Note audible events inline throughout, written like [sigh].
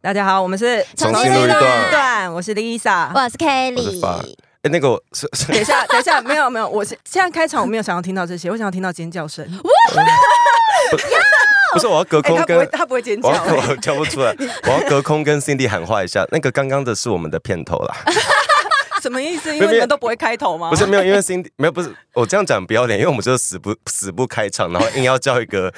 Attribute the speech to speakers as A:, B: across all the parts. A: 大家好，我们是
B: 重
C: 新录一段
A: 段，我是 Lisa。
B: 我是
C: 我是
B: Kelly
C: Far。哎，那个我是是
A: 等一下，等一下，没有没有，我是现在开场我没有想要听到这些，我想要听到尖叫
C: [laughs]
A: 声。
C: 不是我要隔
A: 哎，
C: 空
A: 他不
C: 跟 [laughs]
A: 会，他不会尖叫哎
C: 我。要我叫不出来，我要隔空跟 Cindy 喊话一下。那个刚刚的是我们的片头啦，
A: 什么意思？
C: [laughs]
A: 因为
C: 没有
A: 你们都不会开头吗？
C: 不是没有，因为 Cindy 没有不是我这样讲不要脸，因为我们就是死不死不开场，然后硬要叫一个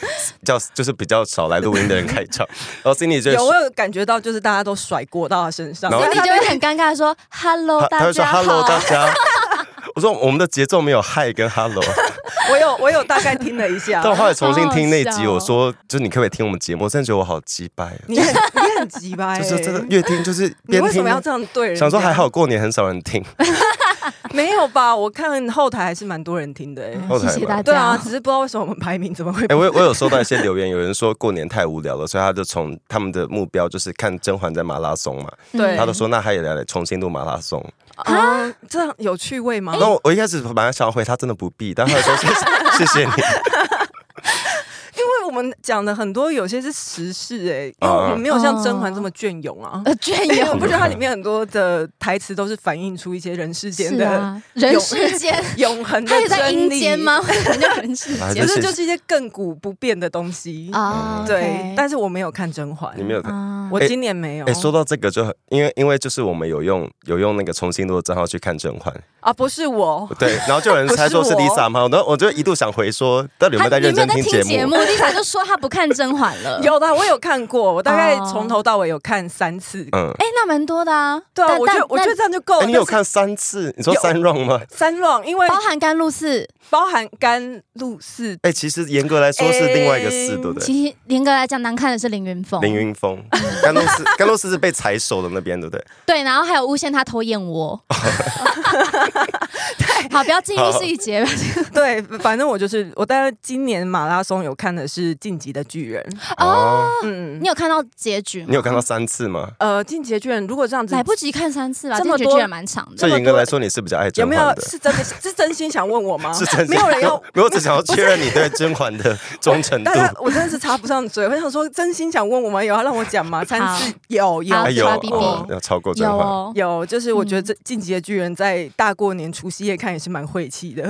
C: 叫就是比较少来录音的人开场，然后 Cindy 就
A: 有，我有感觉到，就是大家都甩锅到他身上。
C: 然后
B: 那你就会很尴尬地说 “Hello，
C: 他他
B: 大
C: 就说
B: 家好
C: Hello 大家，我说我们的节奏没有 Hi 跟 Hello，
A: 我有，我有大概听了一
C: [laughs]
A: 下。
C: 但我后来重新听那集，
B: 好好笑哦
C: 我说就你可不可以听我们节目？我真的觉得我好鸡掰哦，
A: 你很你很急吧？
C: [laughs]
A: 哎
C: 就是真的越听就是
A: 你
C: 边
A: 为什
C: 听
A: 么要这样对人？
C: 想说还，好过年很少人听，
A: 没有吧？我看后台还是蛮多人听的。哎
C: 后台
B: 谢谢
C: 吧
B: 大家。
A: 对啊，只是不知道为什么我们排名怎么会
C: 哎、我有我有收到一些留言，有人说过年太无聊了，所以他就从他们的目标就是看甄嬛在马拉松嘛，
A: 嗯对
C: 他就说那他也来来重新录马拉松。
A: 啊？这样有趣味吗？
C: 那我我一开始本来想要回他真的不必，但后来说谢谢谢谢你，
A: 因为我们讲的很多有些是时事哎、
C: 啊
A: 因为我们没有像甄嬛这么隽永啊。
B: 呃，圈
A: [laughs] 因为
B: 有
A: 我不
C: 嗯
A: 觉得它里面很多的台词都是反映出一些人世间
B: 是
A: 的
B: 啊，人世间，
A: 永恒的
B: [laughs] 他也在
A: 真
B: 阴
A: 理
B: 间？吗？人家人世
C: 啊
A: 其
B: 间
A: 实就是一些亘古不变的东西。
C: 嗯
B: 啊，
A: 对
B: OK，
A: 但是我没有看甄嬛，
C: 你没有看。
B: 啊，
A: 我
C: 哎
A: 今年没有。
C: 哎、说到这个就很，因为因为就是我们有用有用那个重新录的账号去看甄嬛，
A: 啊，不是我，
C: 对，然后就有人
A: 不是
C: 猜说是
A: 我
C: Lisa 吗？然后我就一度想回说，到底有没有在
B: 你
C: 认
B: 没有
C: 真
B: 在
C: 听节
B: 听
C: 目？
B: 节目，丽莎就说她不看甄嬛了。
A: [laughs] 有的我有看过，我大概
B: 哦
A: 从头到尾有看三次。
C: 嗯，
B: 哎，那蛮多的啊。
A: 对啊，
B: 但
A: 我觉得
B: 但
A: 我觉得这样就够
C: 哎、
A: 了。
C: 你有
A: 但是
C: 看三次？你说
A: 有
C: 三 round 吗？
A: 三 round，因为
B: 包含甘露寺，
A: 包含甘露寺
C: 哎、其实严格来说是另外一个四，
A: 哎
C: 对不对？
B: 其实严格来讲，难看的是凌云
A: 哦
B: 峰。
C: 凌
A: [laughs]
C: 云峰、甘露寺、甘露寺是被踩手的那边，对不对？
B: 对，然后还有诬陷他偷
C: [laughs]
B: 燕窝。 [laughs] 好，不要进入细节。 [laughs]
A: 对，反正我就是我，大概今年马拉松有看的是《晋级的巨人》，
C: 哦，
A: 嗯，
B: 你有看到结局吗？
C: 你有看到三次吗？
A: 呃，《晋级的巨人》如果这样子
B: 来，不及看三次了，
A: 这
B: 这
A: 么
B: 么
A: 多
B: 多然蛮长的。
C: 所以严格来说，你是比较爱
A: 有
C: 甄
A: 没
C: 嬛
A: 有
C: 的，
A: 是真的是真心想问我吗？
C: 是真心
A: 没有人要。
C: [laughs] 没有，我只想要确认你对甄嬛的忠诚度
A: 大。家，我真的是插不上嘴。我想说，真心想问我吗？有要让我讲吗？三次有有
B: 好
C: 哎
B: 对
C: 呦，
B: 吧，B B
C: 哦，要超过甄
B: 有
C: 嬛。
B: 哦，
A: 有，就是我觉得这《进击的巨人》在大过年除夕夜看也是蛮晦气的。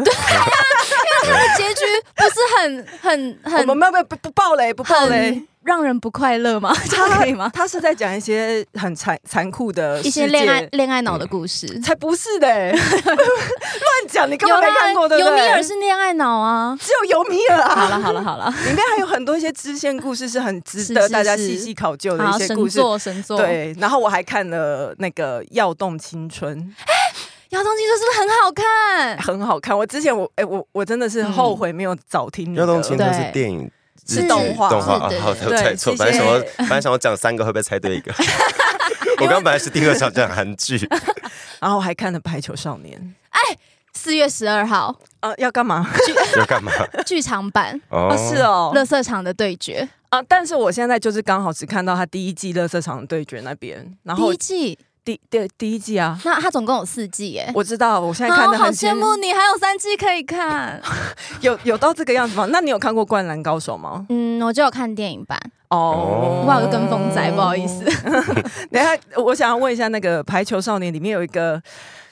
B: 结局不是很
A: [laughs]
B: 很
A: 我们
B: 很
A: 没有没有不不爆雷，不爆雷。
B: 很 [laughs] 让人不快乐
A: [laughs]
B: 吗？这样可以吗？
A: 他是在讲一些很残残酷的
B: 一些
A: 世
B: 恋
A: 界嗯
B: 爱恋爱脑的
A: [laughs]
B: 故事。
A: 才不是的、欸， [laughs] 乱讲，你根
B: 有
A: 本
B: 啦
A: 没看过，对不
B: 尤
A: 对？
B: 米尔是恋爱脑
A: [laughs]
B: 啊。
A: 只有尤米尔啊，
B: 好了好了好了，
A: 里面还有很多一些支线故事是很值
B: 是
A: 得
B: 是
A: 大家
B: 是
A: 细细考究的一
B: 好
A: 些故事。
B: 神作神作。，
A: 对，然后我还看了那个《耀动青春哎
B: 姚东青说是不是很好》，
A: [laughs]
B: 看？
A: 很好看。我之前我哎、我我真的是后悔没有早听你的、
C: 要嗯动青春是
B: 对
C: 电影。
B: 是
C: 日剧
A: 动画
C: 动画
B: 是
C: 啊，
B: 对
C: 好，
B: 对
C: 我猜错，
A: 对
C: 本来
A: 谢谢
C: 想要，本来想要讲三个，会不会猜对
A: [laughs]
C: 一个？我刚本来是第二想讲韩剧，
A: 然后我还看了《排球少年
B: 四月十
A: [laughs]
B: 二号》
A: 啊，要干
C: [laughs]
A: 嘛？
C: 要干嘛？
B: 剧场版
C: 哦
A: 哦，是哦 [laughs]
B: 《乐色场的对决
A: 啊！但是我现在就是刚好只看到他第一季《乐色场的对决》那边，》然
B: 第
A: 后
B: 一季，
A: 第第第一季啊，
B: 那它总共有四季耶。
A: 我知道，我现在
B: 啊
A: 看
B: 我
A: 的
B: 好
A: 很先
B: 羡慕你，还有三季可以看。
A: 有有到这个样子吗？那你有看过《灌篮高手》吗？
B: 嗯，我就有看电影版，
A: 哦，
B: 哇，我就跟风仔，不好意思。
A: 等一下，我想要问一下，那个《排球少年》里面有一个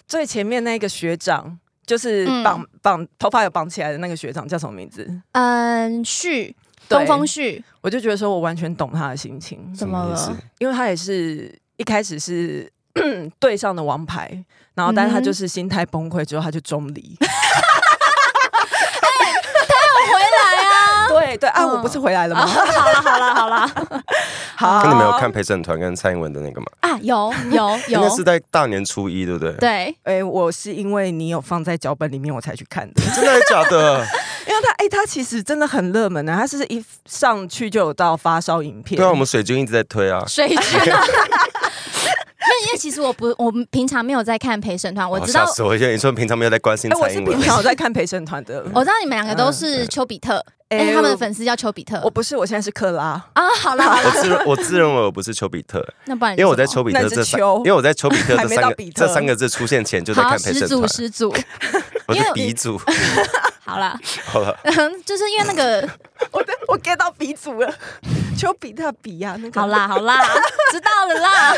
A: 最前面那个学长，就是
B: 嗯
A: 绑绑、头发有绑起来的那个学长，叫什么名字？
B: 嗯，旭，
A: 对
B: 东风旭，
A: 我就觉得说我完全懂他的心情，
B: 怎么
C: 什意思
B: 了？
A: 因为他也是一开始是 [clears throat] 队上的王牌，然后但是
B: 嗯
A: 他就是心态崩溃之后，他就中
B: [laughs]
A: 离。
B: 回来啊！
A: 对对啊，
B: 嗯
A: 我不是回来了吗？
B: 好啦好啦好啦
A: [laughs] 好，
C: 那你们有看陪审团跟蔡英文的那个吗？
A: [laughs]
B: 啊，有
C: [laughs]
B: 有
C: 应该是
B: 有，
C: 在大年初一，对不对？
B: 对，
A: 哎、我是因为你有放在脚本里面，我才去看的。
C: 真的还是假的？
A: 因为他，哎、他其实真的很热门的、啊他是一上去就有到发烧影片。
C: 对啊，我们水军一直在推啊。
B: 水军 [laughs] 啊。那因为其实我不，我们平常没有在看陪审团，我
C: 哦
B: 知道
C: 吓，死我！一下你说平常没有在关心
A: 哎、我
C: 蔡
A: 是
C: 英文
A: 平，常有在看陪审团的。
B: [laughs] 我知道你们两个都
C: 嗯
B: 是丘比特，
A: 哎
B: 哎，他们的粉丝叫丘比特
A: 我不是，我现在是克拉。 [laughs]
B: 啊。好啦
C: [laughs]
B: 好
C: 我
B: 啦，
C: 自认我自认为我不是丘比特，欸
B: 那不然
C: 因
B: 你
C: 为我在
B: 什么
C: 丘比特
A: 那
C: 这
A: 是丘
C: 三，因为我在丘比特
A: [laughs] 还
C: 这
A: 没
C: 三
A: 到
C: 个
A: 比特
C: 这三个字出现前就在
B: 好
C: 看陪
B: 始
C: 审
B: 祖
C: 团，
B: 始祖，
C: 我
B: 因为
C: 是
B: 我
C: 鼻祖。
B: 好啦，
C: [laughs]
B: [laughs]
C: 好了，
B: 就是因为那个
A: 我我 get 到鼻祖了。 [laughs] 丘比特比呀、那个
B: 好，啦好啦，知道了
C: [laughs]
B: 啦。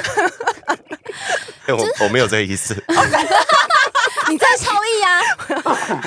C: 哎我我没有这个意思，
B: 你在超意啊？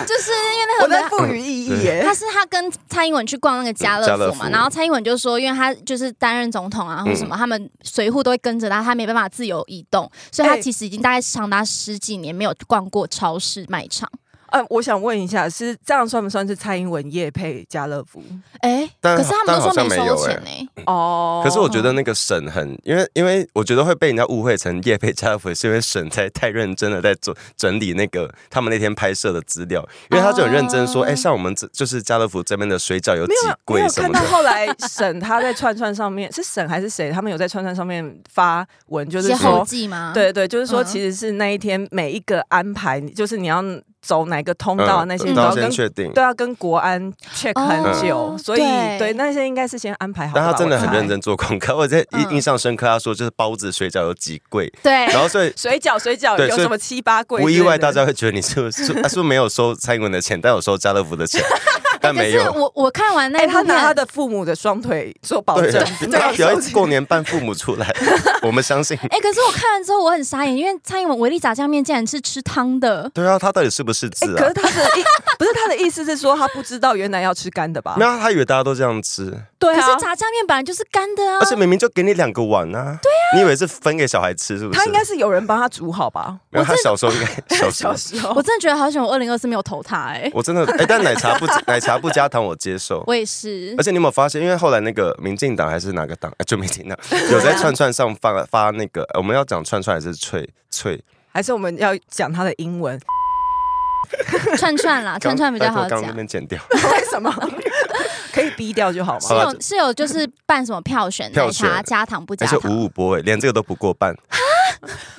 B: 就是因为那
A: 我
B: 个
A: 在赋予意义 [laughs] 耶、
B: 他是他跟蔡英文去逛那个家
C: 家
B: 乐
C: 乐
B: 福嘛，
C: 福
B: 然后蔡英文就说，因为他就是担任总统啊，或什么，他们随扈都会跟着他，他没办法自由移动，所以他
A: 哎
B: 其实已经大概长达十几年没有逛过超市卖场。
A: 嗯，我想问一下，是这样算不算是蔡英文夜配家乐福？
B: 哎、
C: 但
B: 可是他们都说没收钱
C: 但好像
B: 呢、
A: 哦
C: 嗯可是我觉得那个沈很，因为因为我觉得会被人家误会成叶佩家福，是因为沈在太认真的在做整理那个他们那天拍摄的资料，因为他就很认真说，
B: 哦
C: 哎、像我们这就是家乐福这边的水饺有
A: 没
C: 几
A: 有啊没
C: 柜
A: 有
C: 什
A: 看
C: 么
A: 到
C: 的，
A: 后来沈他在串串上面是沈还是谁？他们有在串串上面发文，就
B: 一
A: 是
B: 些后
A: 说。
B: 记吗？
A: 对对，就是说，
B: 嗯
A: 其实是那一天每一个安排，就是你要走哪个通道啊，那些你都
C: 嗯都
A: 要
C: 要
A: 跟
C: 先确定。
A: 都要跟国安 check
B: 哦
A: 很久，所以
B: 对
A: 对那些应该是先安排好吧。
C: 但他真的
A: 我
C: 很
A: 猜
C: 认。真做功课，我在印
B: 嗯
C: 印象深刻。他说就是包子、水饺有几柜，
B: 对，
A: 哎
C: 然后所
A: [laughs]
C: 以
A: 水饺水饺
C: 对
A: 有
C: 所以
A: 什么七八柜？
C: 不意外，大家。会觉得你是不是啊是他是不是没有收蔡英文的钱，但有收家乐福的
A: [laughs]
C: 钱，但
B: 可
C: 没
B: 是
C: 有。
B: 我我看完那
A: 哎，
B: 一部
A: 他
B: 片，
A: 拿他的父母的双腿做保
C: 对啊
A: 证，，
C: 他 [laughs] 不要
A: 收钱
C: 过年扮父母出
A: [laughs]
C: 来，我们相信。
B: 哎、可是我看完之后我很傻眼，因为蔡英文维力炸酱面竟然是吃汤的，
C: 对啊，他到底是不是
A: 哎
C: 字
A: 可
C: 啊
A: 是？他的意不是他的意思是说他不知道原来要吃干的吧
C: 没？有，啊他以为大家都这样吃，
A: 对
B: 可
A: 啊
B: 是，炸酱面本来就是干的啊
C: 而。且明明就给你两个碗啊。对啊，你以为是分给小孩吃是不是？
A: 他应该是有人帮他煮好吧？
C: 没有，他小时候应
A: [laughs]
C: 该 [laughs] 小时候
A: 小。时候
B: 我真的觉得好想我二零二四没有投他哎、
C: 我
A: [laughs]
C: 真的哎，但奶茶不奶茶不加糖我接受，
B: 我也是
C: 而。且你有没有发现，因为后来那个民进党还是哪个党，哎就民进党有
B: 啊
C: 在串串上发发那个，呃我们要讲串串还是脆脆？
A: 还是我们要讲他的英文？ [laughs]
B: 串串啦，啊串串比较
C: 拜托
B: 好
C: 刚刚那
B: 讲。
C: 边剪掉。
A: 为什么？ [laughs] 可以逼掉就好
B: 是
A: 吗？
C: 好了
B: 有是有，就是办什么票选
C: 票
B: 奶茶
C: 选
B: 加糖不加
C: 而且
B: 糖。
C: 五五波哎，连这个都不过半，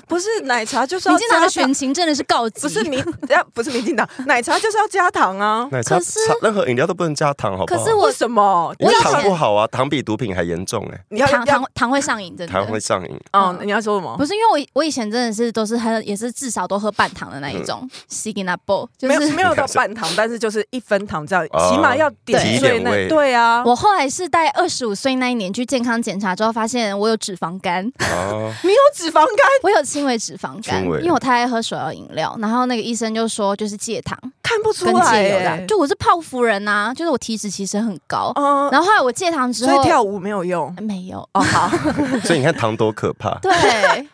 A: 不是奶茶就是要
B: 民进党
A: 加
B: 的
A: 糖，
B: 选情真的是告急，
A: 不是民， [laughs] 啊不是民进党，奶茶就是要加糖啊。
C: [laughs] 奶茶
B: 可是
C: 茶任何饮料都不能加糖，好不
B: 可
C: 好？
B: 是我
A: 为什么？
B: 我
C: 因
B: 以
C: 为
B: 前
C: 糖不好啊，糖比毒品还严重哎，
A: 你要
B: 糖
A: 要
B: 糖糖会上瘾，真
C: 糖会
B: 的。
C: 上瘾。
A: 哦，你要说什么？
B: 不是因为我我以前真的是都是很也是至少都喝半糖的那一种 s i g n a b l e 就
A: 嗯没有
B: 是
A: 没
C: [laughs]
A: 有到半糖，但是就是一分糖这样，
C: 哦
A: 起码要点
C: 对
A: 缀
C: 提点
A: 那
C: 味
A: 对啊。
B: 我后来是在二十五岁那一年去健康检查之后，发现我有脂肪肝，
C: 哦，
A: 你有脂肪肝，
B: 我有轻微脂肪肝，
C: 轻微
B: 因为我太爱喝手摇饮料，然后那个医生就说就是戒糖
A: 看不
B: 跟
A: 出来欸
B: 戒油的，
A: 耶。
B: 就我是泡芙人呐、啊，就是我体脂其实很高，
A: 嗯，
B: 然后后来我戒糖之
A: 所
B: 后
A: 以跳舞没有用。
B: 没有，
A: 哦，
B: [laughs]
A: 好
C: 所以你看糖多可怕。
B: 对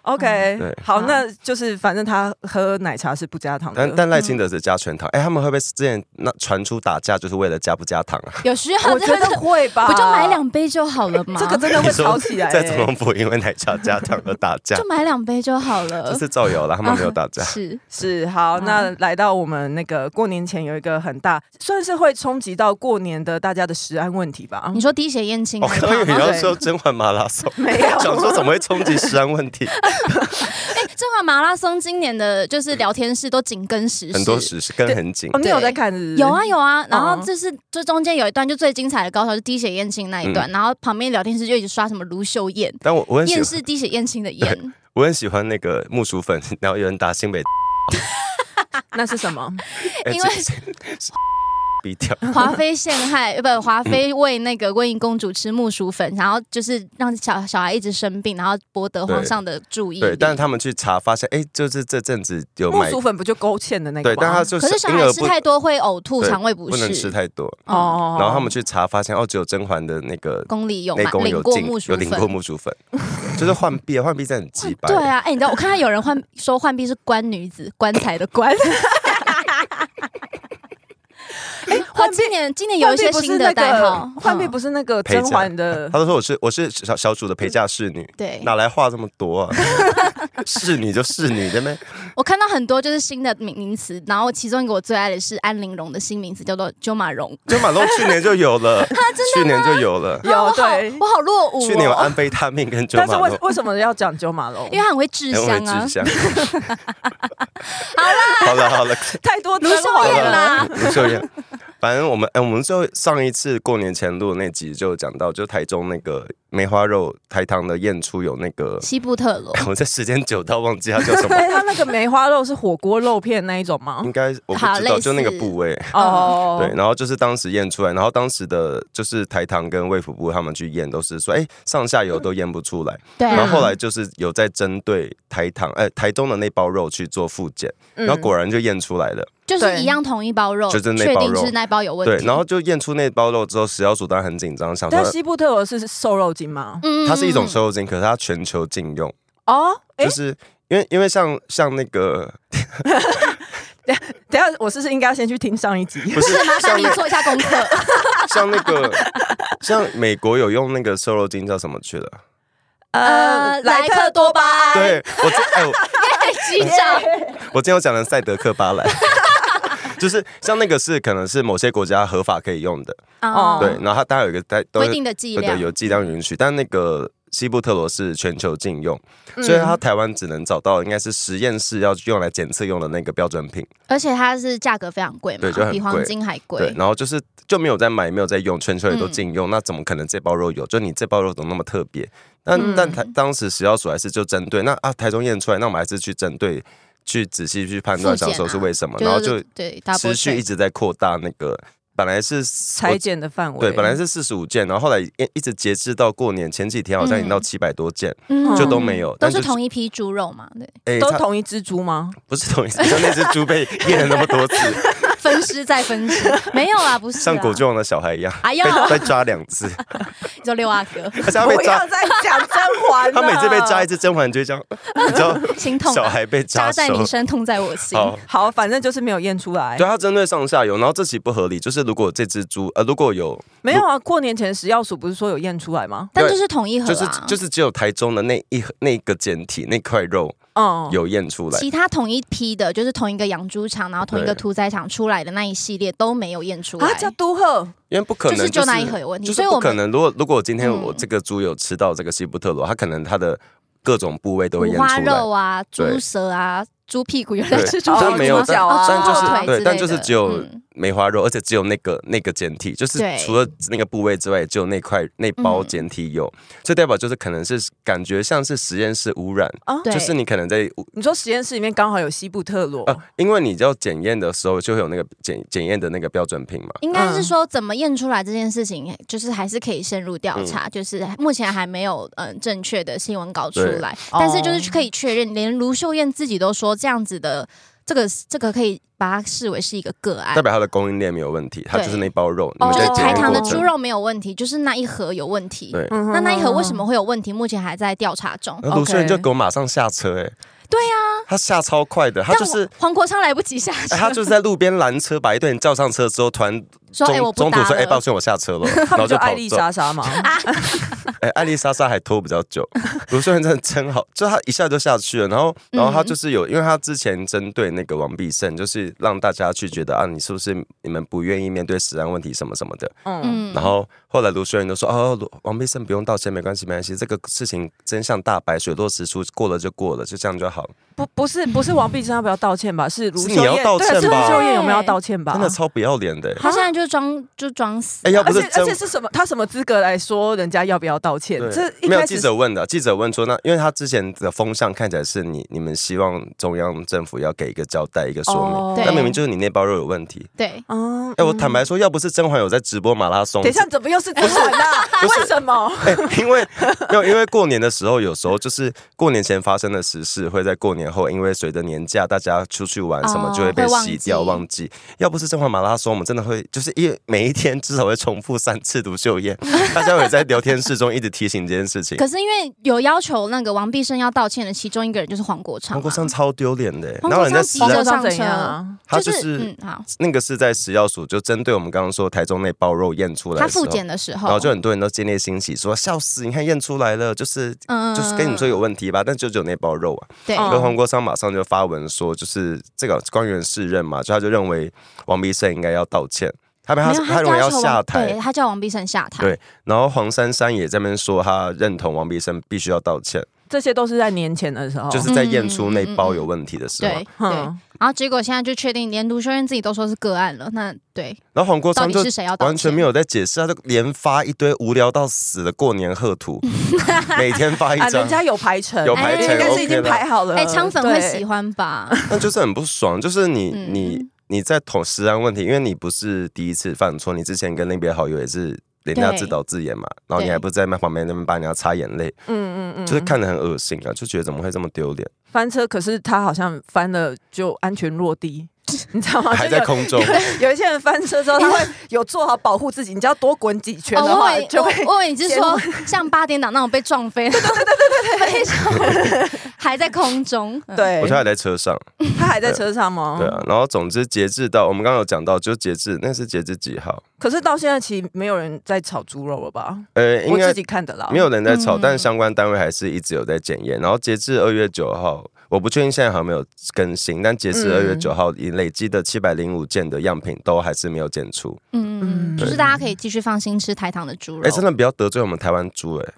A: ，OK，
C: 嗯对
A: 好，
B: 好
A: 那就是反正他喝奶茶是不
B: 啊
A: 加糖
B: 嗯
C: 但
B: [laughs]
A: 的。
C: 但赖清德只加全糖，哎、他们会不会之前那传出打架就是为了加不加糖啊？
B: 有需要
A: 我觉
B: 真的
A: 得会吧，
B: 不就买两杯就好了吗？
A: 这个真的会吵起来耶。
C: 在
B: 欸
C: 总统府因为奶茶加糖而打架
B: 就，买两杯就好了
C: 这。是造谣了，他们没有打架。
B: 是
A: 是
B: 嗯
A: 好，那来到我们那个过年前有一个很大，算是会冲击到过年的大家的食安问题吧
B: 你。说滴血验亲
C: 我
B: 那一
C: 刚刚以
B: 趴
C: 为
B: 吗？
C: 要说甄嬛马拉松，
A: [laughs]
B: [laughs]
A: 没有
C: 想说怎么会冲击食安问题？
B: 正好马拉松今年的就是聊天室都紧跟时事，
C: 很多时事跟很紧
A: 哦，，你有在看是不是？
B: 有啊，有啊，然后
A: 嗯
B: 就是就中间有一段就最精彩的高潮是滴血验亲那一段，然后旁边聊天室就一直刷什么卢秀燕，
C: 但我我很喜
B: 燕
C: 欢，
B: 是滴血验亲的燕，
C: 我很喜欢那个木薯粉， [laughs] 然后有人打新北，
A: 那是什么？
C: 哎
B: 因为
C: 这这
B: [laughs]
C: 这逼掉，
B: [laughs] 华妃陷害，呃不，华妃喂那个温宜公主吃木薯粉，然后就是让小小孩一直生病，然后博得皇上的注意力。
C: 对，但是他们去查发现，哎，就是这阵子有
A: 木
C: 买
A: 薯，粉不就勾芡的那个
C: 对，
A: 吗？
C: 但他就
B: 哦可是小
C: 婴
B: 孩
C: 儿
B: 吃
C: 不
B: 太多会呕吐、
C: 对
B: 肠胃不
C: 不能吃
B: 适。嗯
C: 太多，
A: 哦，
C: 然后他们去查发现，哦，只有甄嬛的那个
B: 宫里有
C: 内
B: 买
C: 功
B: 领
C: 有
B: 过
C: 进
B: 木薯
C: 有领过
B: 粉。
C: 木薯粉，就是换币，啊换币真的很鸡掰。
B: [laughs] 对啊，哎、你知道我看到有人换说浣碧是官女子，棺材的 [laughs] 棺。哎，我今年今年有一些新的代号，
A: 浣碧
B: 嗯
A: 不是那个
C: 陪嫁
A: 甄嬛
C: [laughs]
A: 的
C: 他，都说我是我是小小主的陪嫁侍女，
B: 对，
C: 哪来话这么多啊？ [laughs] 侍女就侍女的呗，
B: 我看到很多就是新的名名词，然后其中一个我最爱的是安陵容的新名词叫做九马蓉，
C: 就马龙去年就有了，去年就有了，
A: 有
B: 啊我好
A: 对
C: [laughs]
B: 我好落伍、哦，
C: 去年有安非他命跟九
A: 但是
C: 马
A: 为
C: 龙。
A: 为什么要讲九马龙？
B: 因为他很会制
C: 哎我
B: 香
C: 很
B: 啊
C: 志，向 [laughs] 好了，好了，
A: 太多
B: 卢
A: 真
B: 秀
A: 话
B: 燕
A: 了
B: 啊啦
C: 好了，就这样。反正我们，哎，我们就上一次过年前录的那集就有讲到，就台中那个梅花肉台糖的宴出有那个，
B: 西部特罗
C: [laughs] 我在时间久到忘记它叫什么，
B: [laughs]
A: 对它那个梅花肉是火锅肉片那一种吗
C: 应？该我不
B: 好
C: 知道，
B: 类
C: 就那个
B: 似
C: 部位。
A: 哦，
C: 对，然后就是当时验出来，然后当时的就是台糖跟卫福部他们去验，都是说，哎，上下游都验不出来。
B: 对
C: 然
B: 啊
C: 后后来就是有在针对台糖，哎、台中的那包肉去做复检，
A: 嗯
C: 然后果然就验出来了。
B: 就是
A: 对
B: 一样同一包肉，
C: 就是那
B: 确
C: 包
B: 定
C: 肉
B: 是那包有问
C: 对
B: 题。，
C: 然后就验出那包肉之后，食药署当然很紧张，想
A: 但
C: 说
A: 西部特罗是瘦肉精吗？
B: 嗯
C: 它是一种
B: 嗯
C: 瘦肉精，可是它全球禁用，
A: 哦，哎
C: 就，是。因为因为像像那个
A: 等一下我是不是应该要先去听上一集？[laughs]
C: 不是
B: 嗯麻烦
C: 像
B: 你
C: 那
B: 做一下功
C: [laughs]
B: 课。
C: 像那个像美国有用那个瘦肉精叫什么去了？
B: 呃莱克多巴胺
C: 对我这哎我
B: 局长，
C: 我今天有讲的赛德克巴莱， [laughs] 就是像那个是可能是某些国家合法可以用的，
A: [laughs] 哦
C: 对，然后它当然有一个在都
B: 规
C: 是
B: 定的剂
C: 对的
B: 量，
C: 有剂量允许，但那个西布特罗是全球禁用，
B: 嗯
C: 所以它台湾只能找到应该是实验室要用来检测用的那个标准品，
B: 而且它是价格非常贵嘛
C: 对就，很
B: 比黄
C: 贵
B: 金还
C: 对
B: 贵，。
C: 然后就是就没有在买，没有在用，全球也
B: 嗯
C: 都禁用，那怎么可能这包肉有？就你这包肉怎么那么特别？但、
A: 嗯
C: 但台当时食药署还是就针对那啊台中验出来，那我们还是去针对去仔细去判断，
B: 复
C: 想
B: 检
C: 说是
B: 啊
C: 为什么，
B: 是
C: 然后就
B: 对 double
C: 持续
B: check
C: 一直在扩大那个，本来是
A: 裁剪的范围，
C: 对，本来是四十五件，然后后来一一直截至到过年前几天，好像已经到七百多件，
B: 嗯
A: 就都
C: 没有
B: 都
C: 但
B: 是
C: 就是
B: 同一批猪肉嘛，对， [laughs]
C: 哎、
A: 都
C: 差
A: 同一只猪吗？
C: 不是同一次，就那只猪被验了那么多次，
B: 哎分尸再分尸，
C: [laughs]
B: 没有啦，不是啦
C: 像果郡王的小孩一样，
B: 哎呀，
C: 被被抓两
B: [laughs]
C: 次，
B: 你说六阿
C: [laughs]
B: 哥
C: 而且他被抓，
A: 再
C: [laughs]
A: 讲啊甄嬛
C: 他每次被抓一。次甄嬛就会这
B: [laughs]
C: 样，你知道
B: 心痛啊，
C: 小孩被
B: 扎
C: 抓
B: 在
C: 手
B: 你，身，痛在我心。
C: 好。
A: 好，反正就是没有验出来
C: 对。他针对上下游，然后这期不合理，就是如果这只猪呃，如果有
A: 没有啊，过年前食药署不是说有验出来吗？
B: 但就是统一盒
C: 就是
B: 啊，
C: 就是只有台中的那一那个简体那块肉
B: 哦
A: 嗯，
C: 有验出来，
B: 其他同一批的，就是同一个养猪场，然后同一
C: 对
B: 个屠宰场出来的那一系列都没有验出来
A: 啊，，叫都赫
C: 因为不可能、
B: 就是
C: 就
B: 就是那一盒有问题
C: 就是
B: 所以我
C: 不
B: 们
C: 可能。如果如果今天
B: 嗯
C: 我这个猪有吃到这个西布特罗，它可能它的各种部位都会
B: 五
C: 验
B: 花
C: 出来
B: 肉。啊，
C: 对
B: 猪舌啊，猪屁股，原来
C: 对
B: 吃猪
A: 哦
B: 屁
C: 但
B: 股
C: 没有
B: 吗
A: 猪脚啊
B: 哦
C: 但就是
B: 猪腿之
C: 对，
B: 类
C: 但就是
B: 的
C: 只有
B: 嗯
C: 梅花肉，而且只有那个那个简体，就是
B: 对
C: 除了那个部位之外，只有那块那包
B: 嗯
C: 简体有，所以代表就是可能是感觉像是实验室污染，
A: 啊，
B: 对
C: 就是你可能在
A: 你说实验室里面刚好有西部特罗，
C: 呃，因为你要检验的时候就会有那个检检验的那个标准品嘛，
B: 应该是说怎么验出来这件事情，就是还是可以深入
C: 嗯
B: 调查，就是目前还没有嗯、呃正确的新闻稿出来，
A: 对
B: 但是
A: 哦
B: 就是可以确认，连卢秀燕自己都说这样子的这个这个可以把它视为是一个个案
C: 代。表它的供应链没有问题，它
B: 对
C: 就是那包肉，你
A: 哦
C: 们
B: 就是
C: 在检
B: 台
C: 验
B: 糖的
C: 过程
B: 猪肉没有问题，就是那一盒有问题。
C: 对。呃
A: 嗯哼
B: 那那一盒 [laughs] 为什么？会有问题？目前还在调查中。哦
C: 那卢秀燕
A: OK
C: 就给我马上下车、欸，哎，
B: 对
C: 呀、他下超快的，他
B: 但
C: 就是
B: 我。黄国昌来不
C: [laughs]
B: 及下车，
C: 哎他就是在路边拦车，把一堆人叫上车之后，突然
B: 说：“
C: 中、
B: 哎、我不
C: 中途
B: 搭
C: 说：“哎、抱
B: 了。
C: 歉，我下车了。”
B: [laughs]
A: 他
C: 然后
A: 们就艾
C: 跑
A: 丽
C: 走。
A: 莎嗯莎吗？
B: 啊
C: 哎、艾丽莎莎还拖比较久，卢秀燕真的真好，就她一下就下去了。然后，然后她
B: 嗯
C: 就是有，因为她之前针对那个王必胜，就是让大家去觉得啊，你是不是你们不愿意面对食安问题什么什么的。
A: 嗯，
B: 嗯
C: 然后后来卢秀燕就说：“哦，卢王必胜不用道歉，没关系，没关系，这个事情真相大白，水落石出，过了就过了，就这样就好了。”
A: 不，不是，不是王必胜要不要道歉吧？是卢
C: 是
A: 秀
C: 你
A: 燕，
C: 要道
A: 对
C: 歉
A: 是卢
C: 吧
A: 秀燕有没有要道歉吧？
C: 真的超不要脸的、欸。
B: 他现在就装就装死、
C: [laughs] 哎、要不
A: 而
C: 是
A: 且而
C: 真
A: 且是什么？他什么资格来说人家要不要道歉？这
C: 对，
A: 一
C: 没有
A: 开
C: 记
A: 始
C: 者问的，记者问说，那因为他之前的风向看起来是你你们希望中央政府要给一个交代，一个说明，
A: 哦
B: 对
C: 但明明就是你那包肉有问题。
B: 对，
A: 嗯，
C: 哎、我坦白说，要不是甄嬛有在直播马拉松，
A: 等一下，怎么又是甄嬛啊？为什么？
C: 哎、 [laughs] 因为没有，因为过年的时候，有时候就是过年前发生的时事，会在过年后，因为随着年假，大家出去玩什么
B: 哦
C: 就会被
B: 会忘
C: 洗掉、
B: 记
C: 忘记。要不是甄嬛马拉松，我们真的会就是一每一天至少会重复三次卢秀
B: [laughs]
C: 燕，大家有在聊天室中一直提醒这件事情。
B: 可是因为有要求那个王必胜要道歉的其中一个人就是黄国昌、啊，
C: 黄国昌超丢脸的欸，
B: 黄
C: 然后人家
B: 国昌
C: 实
B: 急
C: 在
A: 上
B: 着上
A: 怎
B: 车
A: 样啊？
C: 他
B: 就、
C: 就是是
B: 嗯好，
C: 那个是在食药署就针对我们刚刚说台中那包肉验出来
B: 他
C: 的时候，
B: 复检的时候，
C: 然后就很多人都建立欣喜说笑死，你看验出来了，就是
B: 嗯
C: 就是跟你说有问题吧，但就只有那包肉啊。
B: 对、
A: 嗯
C: 而黄国昌马上就发文说，就是这个官员适任嘛，就他就认为王必胜应该要道歉，他他
B: 没有
C: 他
B: 他
C: 认为
B: 要
C: 要
B: 求
C: 下
B: 王
C: 台
B: 对，他叫王必胜下台，
C: 对然后黄珊珊也在那边说他认同王必胜必须要道歉，
A: 这些都是在年前的时候，
C: 就是在验出那包有问题的时候啊。
B: 对对
A: 哦嗯，
B: 然后结果现在就确定，连卢修渊自己都说是个案了。那对，
C: 然后黄国
B: 到
C: 昌
B: 底
C: 就是
B: 谁要道歉
C: 完全没有在解释，他就连发一堆无聊到死的过年贺图，每天发哎一
A: 啊，
C: 张
A: 人，家有排程，哎
C: 有
B: 排程
A: 应该是
C: OK
A: 已经
C: 啦
A: 排好了。
B: 哎，
C: 呃
B: 枪粉会
A: 对
B: 喜欢 [laughs] 吧？哦
C: 那就是很不爽。就是你
B: 嗯
C: 你你在捅食安问题，因为你不是第一次犯错，你之前跟那边好友也是人家
B: 对
C: 自导自演嘛，然后你
B: 对
C: 还不在那旁边那边帮人家擦眼泪，
A: 嗯嗯嗯，
C: 就是看得很恶心啊，就觉得怎么会这么丢脸，
A: 翻车，可是他好像翻了就安全落地， [laughs] 你知道吗？
C: 还在空中。
A: [laughs] 有有一些人翻车之后，他会有做好保护自己，你只要多滚几圈
B: 哦，
A: 的
B: 我
A: 话，
B: 以
A: 就会
B: 我我以为你是说像八点档那种被撞飞，对对对 [laughs] 对对对，还在
C: [laughs]
B: 空中，嗯，
A: 对
C: 我现。在还在车上，
A: 他还在车上吗？
C: 对啊。然后总之截至到我们刚刚有讲到，就截至那是截至几号？
A: 可是到现在其实没有人在炒猪肉了吧？
C: 呃，应
A: 我
C: 该
A: 自己看的啦。
C: 没有人在吵，
B: 嗯
C: 但相关单位还是一直有在检验。然后截至二月九号，我不确定现在还有没有更新，但截至
A: 嗯
C: 二月九号，已累积的七百零五件的样品都还是没有检出。
B: 嗯，就是大家可以继续放心吃台糖的猪
C: 哎、
B: 肉。
C: 真的不要得罪我们台湾猪
B: [laughs]
C: 哎、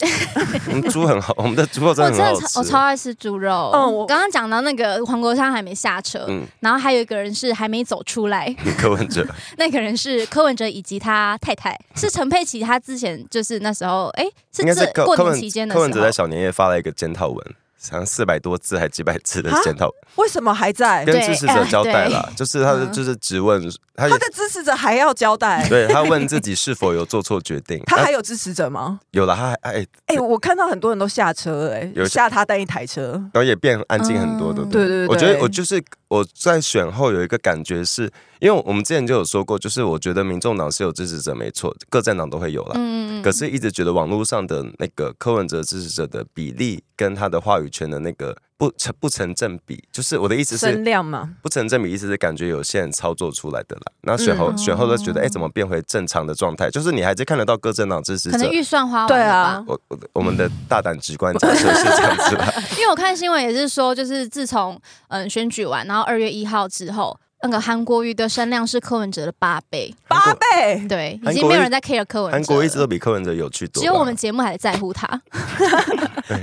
C: 我们猪很好，我们的猪肉真
B: 我
C: 的
B: 真
C: 很好
B: 的超我
C: 吃
B: 超。爱吃猪肉。
A: 嗯我
B: 刚刚讲到那个黄国昌还没下车，
C: 嗯，
B: 然后还有一个人是还没走出来，
C: [laughs]
B: [laughs]
C: 柯文哲，
B: 那个人是柯文哲以及他太太，
C: [laughs]
B: 是陈佩琪。他之前就是那时候，哎、是
C: 应该是
B: 这
C: 柯
B: 过
C: 柯
B: 年
C: 文
B: 期间的
C: 柯文
B: 时
C: 哲在
B: 候，
C: 小年夜发了一个检讨文，好像四百多字还几百字的
A: 啊
C: 检讨文，
A: 为什么还在？
C: 跟
B: 对
C: 支持者交代
B: 哎
C: 啦，就是他的
B: 嗯
C: 就是质问，他也
A: 他的支持者还要交代，
C: 对他问自己是否有做错决定，
A: [laughs] 他
C: 啊
A: 还有支持者吗？
C: 有了，他还哎，
A: 哎、我看到很多人都下车、
C: 有
A: 哎，
C: 一
A: 下他那一台车。
C: 然后也变安静很多，
B: 嗯
C: 对不对？
A: 对对对，
C: 我觉得我就是我在选后有一个感觉是，因为我们之前就有说过，就是我觉得民众党是有支持者没错，各政党都会有啦。
B: 嗯
C: 可是，一直觉得网络上的那个柯文哲支持者的比例跟他的话语权的那个不成不成正比，就是我的意思
A: 声
C: 是
A: 量嘛，
C: 不成正比，意思是感觉有些人操作出来的啦。那选后、
B: 嗯
C: 选后都觉得，哎，怎么变回正常的状态？就是你还是看得到各政党支持
B: 可能
C: 者，
B: 预算花完
A: 对
B: 了吧。
A: 啊，
C: 我我我们的大胆直观假设是这样子吧？
B: 因为我看新闻也是说，就是自从嗯选举完，然后二月一号之后，那个韩国瑜的声量是柯文哲的八倍，
A: 八倍，
B: 对，已
C: 韩国瑜
B: 经没有人在 care 柯文哲
C: 韩
B: 了。
C: 国一直都比柯文哲有趣多吧，
B: 只有我们节目还在乎他，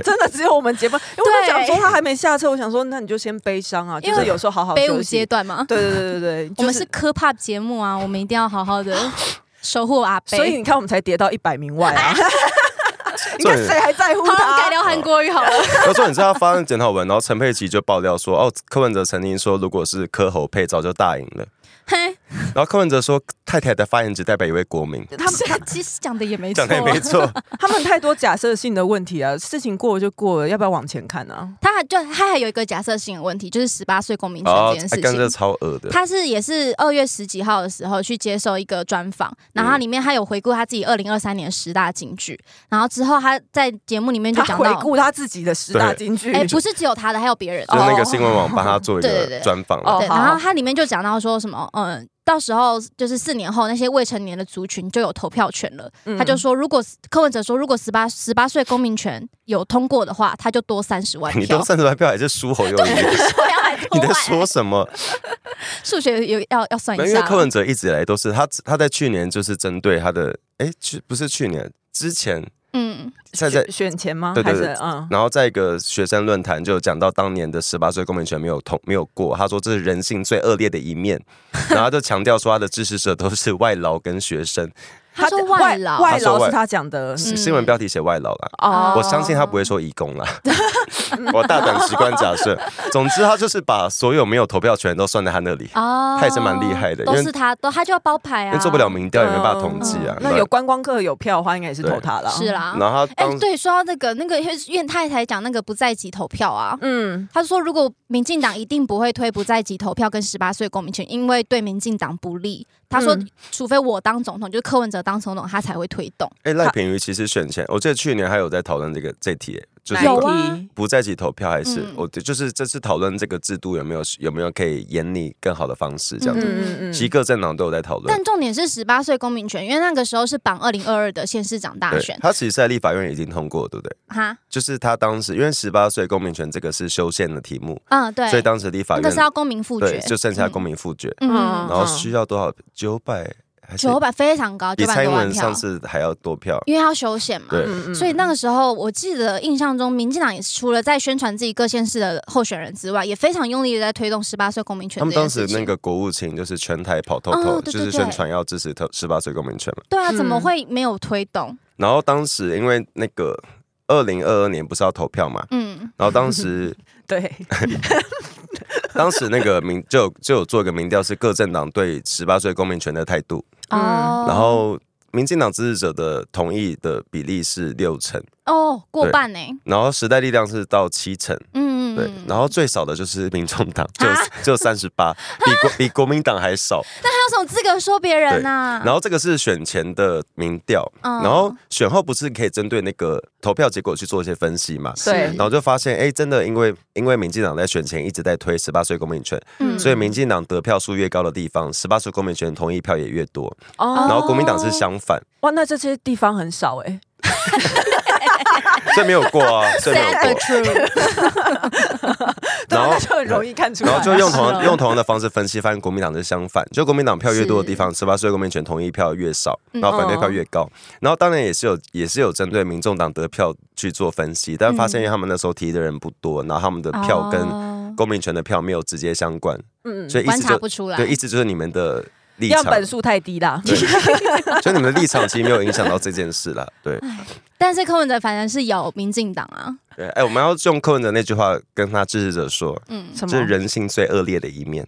A: 真的只有我们节目，因为我
B: 对
A: 想说他还没下车，我想说那你就先悲伤啊，
B: 因为
A: 就是有时候好好
B: 悲
A: 休
B: 舞
A: 息
B: 阶。段嘛。
A: 对对对对对，
B: [laughs] 我们
A: 就是
B: 科 p o p 节目啊，我们一定要
A: [laughs]
B: 好好的守护阿贝。
A: 所以你看我们才跌到一百名外啊， [laughs] 你看
C: [laughs]
A: 谁还在乎
B: 好，我们改
A: 他？呃
B: 聊韩国瑜好了。
C: 那时候你知道他发生检讨文，然后陈佩琪就爆料说，哦，柯文哲曾经说，如果是柯侯配，早就大赢了。
B: [laughs] 嘿，
C: 然后柯文哲说，太太的发言只代表一位国民，
A: 他们
B: 其实讲的也没错
C: 讲。的也没
B: [laughs]
C: 错。
A: 他们太多假设性的问题啊，事情过了就过了，要不要往前看啊？
B: 他还就他还有一个假设性的问题，就是十八岁公民权
C: 哦
B: 这件，事
C: 跟
B: 情
C: 这。超恶的。
B: 他是也是二月十几号的时候去接受一个专访，
A: 嗯
B: 然后他里面他有回顾他自己二零二三年十大金句，然后之后他在节目里面就
A: 他
B: 讲
A: 回
B: 到，
A: 顾他自己的十大金句，
B: 哎，不是只有他的，还有别人
C: 就
B: 的。
C: 是那个新闻网帮他做一
B: 对对
C: 个
B: 对
C: 专访，
A: 哦
B: 对，
A: 好
B: 然后他里面就讲到说什么，嗯，到时候就是四年后那些未成年的族群就有投票权了。
A: 嗯
B: 他就说，如果柯文哲说，如果十八十八岁公民权有通过的话，他就多三十万
C: 你
B: 票
C: 都。三十万票还是输
B: [laughs]
C: 侯友谊？
B: 我要买多
C: 你在
B: 万
C: 说什么？
B: [laughs] 数学有要要算
C: 没有
B: 一
C: 因为
B: 下。
C: 柯文哲一直以来都是他，他在去年就是针对他的，哎，去不是去年之前
B: 嗯，
C: 在在
A: 选选前吗？
C: 对对对
A: 还是嗯，
C: 然后在一个学生论坛就有讲到当年的十八岁公民权没有通没有过，他说这是人性最恶劣的一
B: [laughs]
C: 面，然后他就强调说他的支持者都是外劳跟学生，
B: 他说外劳
A: 外
C: 他说
A: 劳
C: 外
A: 是他讲的
B: 嗯
C: 新闻标题写外劳啦。
A: 哦
C: 我相信他不会说移工
B: [laughs]
C: 啦，我大胆直观假设。总之，他就是把所有没有投票权都算在他那里，
B: 哦，
C: 他也是蛮厉害的
B: 都
C: 因为
B: 是他，都他就要包牌
C: 因
B: 啊，
C: 为做不了民调，也没办法统计啊
A: 嗯。
C: 对
A: 那有观光客有票的话，应该也是投他啦。
B: 是，啦。
C: 然后他
B: 哎、
C: 当
B: 对，说到那个那个，因为因为太太讲那个不在籍投票啊，
A: 嗯，
B: 他说如果民进党一定不会推不在籍投票跟十八岁公民权，因为对民进党不利。他说，
A: 嗯
B: 除非我当总统，就是柯文哲当总统，他才会推动。
C: 哎赖品妤其实选前，我记得去年还有在讨论这个这题，就是
B: 有
A: 哪一
B: 啊
A: 题
C: 不在一起投票还是、
B: 嗯
C: 我就是这次讨论这个制度有没有有没有可以演拟更好的方式这样
A: 嗯
C: 子，
A: 嗯嗯
C: 其实各政党都有在讨论
B: 但。重点是十八岁公民权，因为那个时候是绑二零二二的县市长大
C: 对
B: 选，
C: 他其实在立法院已经通过，对不对？
B: 哈，
C: 就是他当时因为十八岁公民权这个是修宪的题目，
B: 嗯，对，
C: 所以当时立法
B: 那个
C: 院
B: 是要公民复决
C: 对，就剩下公民复决，
B: 嗯，
A: 嗯
B: 嗯
C: 然后需要多少九百还是
B: 九百非常高，
C: 比
B: 九
C: 蔡
B: 百
C: 英
B: 多万
C: 文
B: 票
C: 上，次还要多票。
B: 因为要修宪嘛。
C: 对，
A: 嗯
B: 所以那个时候，我记得印象中，民进党也是除了在宣传自己各县市的候选人之外，也非常用力的在推动十八岁公民权
C: 他
B: 这
C: 们当
B: 件事
C: 时
B: 情。
C: 那个国务卿就是全台跑透
B: 哦
C: 透，
B: 对
C: 就
B: 对
C: 是宣传要支持特十八岁公民权嘛。
B: 对啊，
A: 嗯
B: 怎么会没有推动？
C: 然后当时因为那个二零二二年不是要投票嘛，
B: 嗯，
C: 然后当时
B: [laughs]
A: 对，
C: 当时那个民就有就有做一个民调，是各政党对十八岁公民权的态度，
A: 嗯
B: 哦，
C: 然后。民进党支持者的同意的比例是六成，
B: 哦，过
C: 对
B: 半呢、
C: 然后时代力量是到七成，
B: 嗯，
C: 对，
B: 嗯啊
C: 然后最少的就是民众党，就就三十
B: [laughs]
C: 八，比国比国民党还少。
B: 他有什么资格说别人呐、
C: 然后这个是选前的民调，
B: 嗯
C: 然后选后不是可以针对那个投票结果去做一些分析嘛？
A: 对
C: 然后就发现，哎，真的因为因为民进党在选前一直在推十八岁公民权，
B: 嗯
C: 所以民进党得票数越高的地方，十八岁公民权同意票也越多。
A: 哦
C: 然，后国民党是相反，
A: 哇，那这些地方很少哎、
C: 所以没有过啊，所以没有
B: sad [laughs] but
C: 过。
B: true，
A: 对
C: 然
A: 啊，[laughs]
C: 后
A: 那就很容易看出来。
C: 然后就用
B: 是
C: 同
A: [laughs]
B: 哦
C: 用同样的方式分析，发现国民党是相反，就国民党票越多的地方，十八岁公民权同意票越少，
B: 嗯
C: 然后反对票越高。然后当然也是有也是有针对民众党得票去做分析，但发现因为他们那时候提的人不多，然后他们的 [laughs] 票跟
B: 嗯哦
C: 公民权的票没有直接相关，
A: 嗯，
C: 所以意
B: 观
C: 思
B: 察
C: 就
B: 不出来，
C: 对，意思就是你们的立
A: 样
C: 场，
A: 本数太低啦。
C: 所以你们的立场其实没有影响到这件事啦。对，
B: 但是柯文哲反正是有民进党
C: [laughs]
B: 啊，
C: 对，哎，我们要用柯文哲那句话跟他支持者说，
B: 嗯，
A: [laughs]
B: 哦
A: 什
C: 这是
A: 么？
C: 人性最恶劣的一面。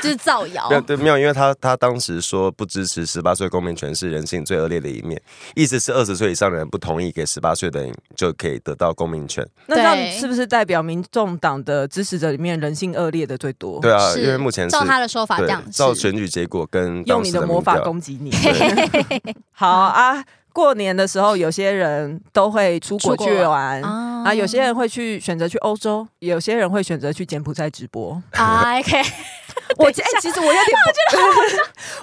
B: 就是造谣
C: 没。有对，没有，因为他他当时说不支持十八岁公民权是人性最恶劣的一面，意思是二十岁以上的人不同意给十八岁的人就可以得到公民权。
A: 那这样
B: 对
A: 是不是代表民众党的支持者里面人性恶劣的最多？
C: 对啊，
B: 是
C: 因为目前是
B: 照他的说法这样
C: 对
B: 是，
C: 照选举结果跟
A: 用
C: 当
A: 你
C: 时
A: 的魔
C: 民
A: 法
C: 调，
A: 攻击你。
C: 对
A: [laughs] 好啊，过年的时候有些人都会出国
B: 出国
A: 去玩。
B: 啊
A: 啊，有些人会去选择去欧洲，有些人会选择去柬埔寨直播。
B: 啊，OK， [laughs]
A: 我
B: 等
A: 哎
B: 一下、
A: 其实我有点不，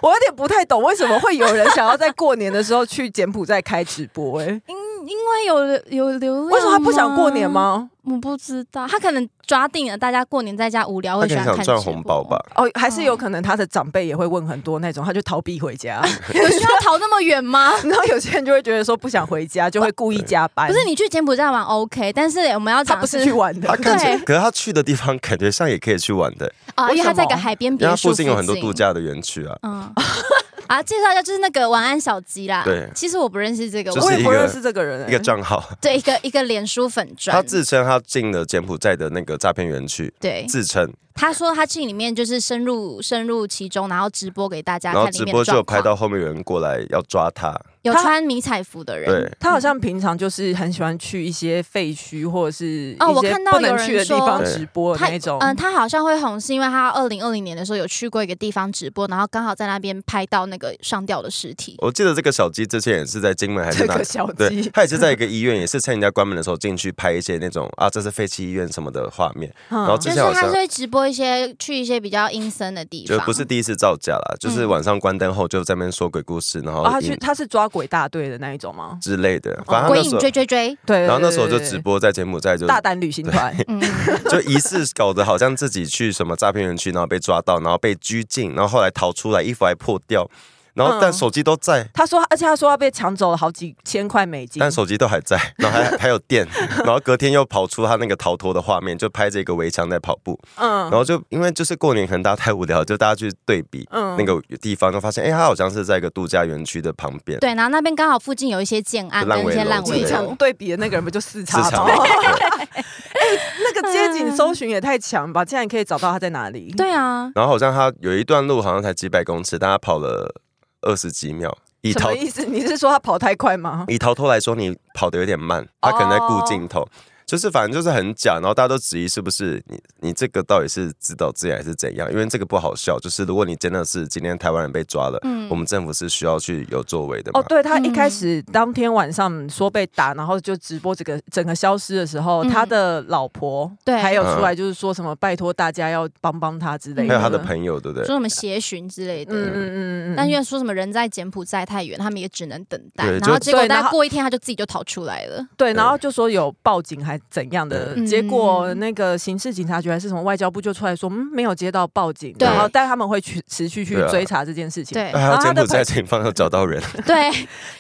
A: 我有点不 [laughs] 太懂为什么会有人想要在过年的时候去柬埔寨开直播、哎，
B: 因因为有有流量，
A: 为什么他不想过年？吗？
B: 我不知道，他可能抓定了大家过年在家无聊
C: 他
B: 会
C: 可
B: 喜
C: 能
B: 欢
C: 想
B: 看
C: 赚
B: 直播
C: 红包吧？？
A: 哦，还是有可能他的长辈也会问很多那种，他就逃避回家。
B: [laughs] 有需要逃那么
C: [laughs]
B: 远吗？
A: [laughs] 然后有些人就会觉得说不想回家，
C: 啊
A: 就会故意加
C: 哎
A: 班。
B: 不是，你去柬埔寨玩 OK，但是我们要
A: 他
B: 讲
A: 不
B: 的
A: 是去玩
C: 他
A: 的。
C: 看起来，
B: 对
C: 可是他去的地方感觉上也可以去玩的，
B: 啊，因为
A: 为什
B: 他
A: 么
B: 在一个海边
C: 因
B: 别
C: 为他
B: 墅
C: 附近有很多
B: 附
C: 度假的园区啊。
B: 嗯， [laughs] 啊，介绍一下，就是那个晚安小鸡啦。
C: 对
B: 其实我不认识这个，
C: 就
A: 我
B: 我
C: 是
A: 也
C: 一
A: 不
C: 个
A: 认识这个人、哎
C: 一个账号，
B: 对一个一个脸书粉
C: 他
B: 砖。
C: 自称他进了柬埔寨的那个诈骗园区，
B: 对，
C: 自称，
B: 他说他去里面就是深入深入其中，然后直播给大家
C: 然后
B: 看
C: 直
B: 里面
C: 播
B: 的
C: 就
B: 状
C: 有拍
B: 况。
C: 到后面有人过来要抓他，
B: 有
A: 他
B: 穿迷彩服的
C: 对
B: 人，，
A: 他好像平常就是很喜欢去一些废墟或者是
B: 哦
A: 一
B: 我
A: 些
B: 看到
A: 不
B: 有
A: 能
B: 人
A: 去的地
B: 说
A: 方
C: 对
A: 直播的
B: 他
A: 那种。
B: 嗯，他好像会红是因为他二零二零年的时候有去过一个地方直播，然后刚好在那边拍到那个上吊的尸体。
C: 我记得这个小鸡之前也是在金门还是
A: 这
C: 哪
A: 个？小 [laughs]
C: 对，
A: 鸡，
C: 他也是在一个医院，也是趁人家关门的时候进去拍一些那种啊，这是废弃医院什么的画面，
A: 然
C: 后
B: 就
C: 之
B: 是
C: 前好
B: 他
C: 像
B: 是会直播一些去一些比较阴森的地
C: 就
B: 方，嗯
C: 不是第一次造假啦，就是晚上关灯后就在那边说鬼故事，然后
A: 哦，
B: 啊
A: 他去
C: 引
A: 他是抓鬼大队的那一种吗？
C: 之类的。反正他
B: 鬼
C: 那时
B: 哦影
C: 候，
B: 追追追，
A: 对，
C: [laughs] 然后那时候就
A: 对对对
C: 直播在柬埔寨就
A: 大胆旅行
C: [laughs]
A: 团，
B: 嗯，
A: [laughs]
C: 就疑似搞得好像自己去什么诈骗园区，然后被抓到，然后被拘禁，然后后来逃出来，衣服还破掉，然后
A: 嗯
C: 但手机都在。
A: 他说，而且他说他被抢走了好几千块美金
C: 但。手机都还
A: [laughs]
C: 在，然后还还有电，然后隔天又跑出他那个逃脱的画面，就拍着一个围墙在跑步，然
A: 嗯
C: 后就因为就是过年可能大家太无聊，就大家去对比
A: 嗯
C: 那个地方，就发现哎、诶它好像是在一个度假园区的旁边，
B: 对，然后那边刚好附近有一些建案
C: 就烂
B: 跟一些
C: 尾楼
B: 烂
C: 之
B: 尾
C: 类的
B: 楼
A: 强，对比的那个人不就四
C: 市
A: 叉
C: 场
A: 吗？ [laughs] 那个街景搜寻也太强吧，竟然可以找到他在哪里。
B: 对啊，
C: 然后好像他有一段路好像才几百公尺，但他跑了二十几秒。以
A: 什
C: 逃
A: 么意思？你是说他跑太快吗？
C: 以逃脱来说，你跑得有点慢，他可能在
A: 哦
C: 顾镜头。就是反正就是很假，然后大家都质疑是不是你你这个到底是自导自演还是怎样？因为这个不好笑。就是如果你真的是今天台湾人被抓了，
B: 嗯
C: 我们政府是需要去有作为的嘛？
A: 哦，对他一开
B: 嗯
A: 始当天晚上说被打，然后就直播这个整个消失的时候，
B: 嗯
A: 他的老婆
B: 对
A: 还有出
C: 嗯
A: 来就是说什么拜托大家要帮帮他之类的，
C: 还有他的朋友，对不对
B: 说？什么协寻之
A: 嗯
B: 类的。
A: 嗯嗯嗯，
B: 但因为说什么人在柬埔寨太远，他们也只能等待。
C: 对
B: 然后
C: 就
B: 结果
A: 对然
B: 大
A: 后
B: 概过一天，他就自己就逃出来了。 [laughs]
A: 对，
C: 对
A: 然后就说有报警还还怎样的
B: 嗯，
A: 结果那个刑事警察局还是什么外交部就出来说，嗯，没有接到报警，
B: 对
A: 然后但他们会去持续去
C: 对啊
A: 追查这件事情。
B: 对
C: 还有
A: 啊然后他
C: 柬
A: 的
C: 埔寨警方要找到
A: [laughs]
C: 人，
B: 对，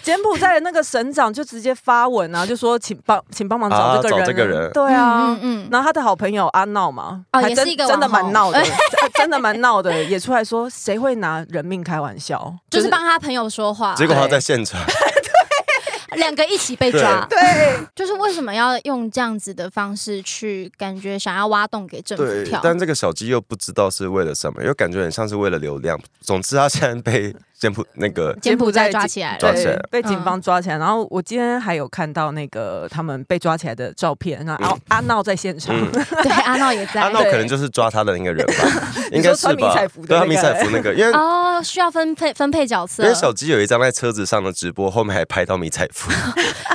A: 柬埔寨的那个省长就直接发文啊，就说请帮请帮忙
C: 啊
A: 找这个人、
C: 找这个人
A: 对啊。
B: 嗯嗯嗯，
A: 然后他的好朋友阿闹嘛，
B: 哦
A: 还
B: 也
A: 真
B: 是一个
A: 真的
B: 网
A: 蛮
B: 红
A: 闹
B: [laughs]
A: 的，真的蛮闹的，也出来说谁会拿人命开玩笑，
B: 就是帮他朋友说话，
C: 结果他在现场，
B: 两个一起被
C: 对
B: 抓，
A: 对，
B: [laughs] 就是为什么要用这样子的方式去感觉想要挖洞给政府
C: 对
B: 跳，？
C: 但这个小鸡又不知道是为了什么，又感觉很像是为了流量。总之，他现在被柬埔
A: [laughs]
C: 那个
B: 柬埔寨
A: 柬埔寨
B: 抓起来
C: 抓
B: 了，嗯
C: 起来
A: 对，被警方抓起来。然后我今天还有看到那个他们被抓起来的照片，然后阿阿闹在现场，
C: 嗯
B: [laughs]
A: [laughs]
B: 对，阿闹也在
C: 阿。闹
A: 对
C: 可能就是抓他的那个人吧，应该
A: [laughs] 你说
C: 是
A: 穿迷
C: 吧
A: 彩服？的
C: 对，
A: 那
C: 他
A: 个
C: 迷彩服那个，因为
B: 哦，需要分配分配角色
C: 因为，小鸡有一张在车子上的直播，后面还拍到迷彩服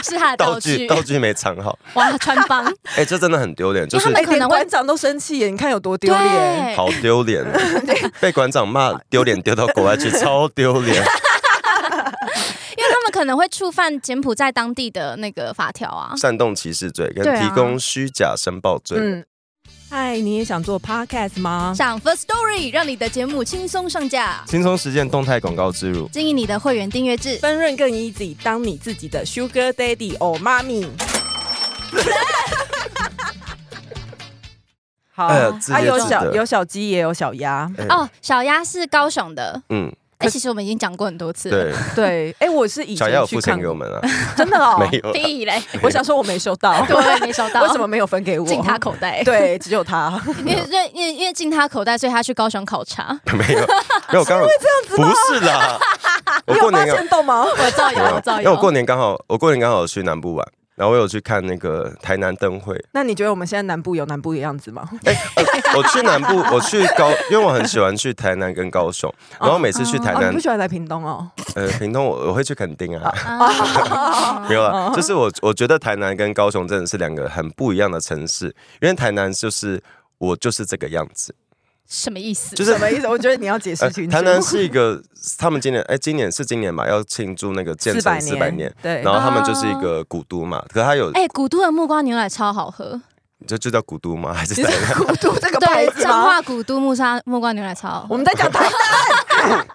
B: 是他的
C: 道
B: 道
C: 具，
B: 具。
C: 道具没藏好，
B: 哇，穿帮！
C: 哎，这真的很丢脸，就是
B: 因为他们
A: 哎，
B: 可
A: 连
B: 能会
A: 馆长都生气耶，你看有多丢脸。
B: 对，
C: 好丢脸哦，被馆长骂丢脸丢到国外去，超丢脸。
B: 因为他们可能会触犯柬埔寨当地的那个法条
A: [laughs]
B: 啊。
C: 煽动歧视罪跟
B: 对啊
C: 提供虚假申报罪，
A: 嗯，嗨，你也想做 podcast 吗？
B: 上 First Story 让你的节目轻松上架，
C: 轻松实践动态广告植入。
B: 经营你的会员订阅制。
A: 分润更 easy，当你自己的 sugar daddy or
C: [laughs]
A: mommy。好，
C: 哎呀
A: 啊
C: 自，业
A: 有
C: 自
A: 小
C: 得
A: 有小鸡，也有小鸭。
C: 哎
B: 哦，小鸭是高雄的，
C: 嗯，
B: 哎、其实我们已经讲过很多次了。
C: 对，
A: 对，哎，我是以
C: 小鸭
A: 前
C: 有
A: 去
C: 付
A: 看
C: 钱给我们啊，
A: 过，真的哦。
C: 没有啊啦，
B: [laughs]
A: [laughs]
B: 屁嘞，
A: 我想说我没收到，
B: 对，没收到，
A: 为什么没有分给我？
B: 进他口袋？，
A: 对，只有他。
B: [laughs] 因为因为因为因为进他口袋，所以他去高雄考
A: [laughs]
B: 察。
C: [laughs] 没有，没有，刚好不是啦， [laughs]
A: [laughs]
C: 我
A: 你有
C: 过
A: 发
C: 年刚
A: 现到吗？ [laughs]
B: 我造谣，
A: 啊
B: 我造
C: 因为我过
B: 谣。
C: 年刚好，我过年刚好有去南部玩，然后我有去看那个台南灯会。
A: 那你觉得我们现在南部有南部的样子吗？
C: 哎、呃 [laughs] 我去南部，我去高，因为我很喜欢去台南跟高雄，然后每次去台
A: 哦，你
C: 南
A: 不，喜欢来屏东哦？
C: 呃，屏东我我会去垦丁啊，
A: 哦
B: 啊
C: [laughs] 没有啦，就是我我觉得台南跟高雄真的是两个很不一样的城市，因为台南就是我就是这个样子，
B: 什么意思？
C: 就是
A: 什么意思？我觉得你要解释
C: 呃
A: 清楚。
C: 台南是一个，他们今年哎、今年是今年嘛，要庆祝那个建
A: 四
C: 成
A: 百
C: 四百年。，
A: 对哦
C: 然，后他们就是一个古都嘛，可他有
B: 哎、古都的木瓜牛奶超好喝，
C: 就就叫古都吗？还是
A: 其
C: 台
A: 实
C: 南？
A: 古都这个牌
B: 对，
A: 子
B: 彰
A: 吗？
B: 化古都木沙木瓜牛奶超好
A: 我
B: 喝。
A: 们在讲台南，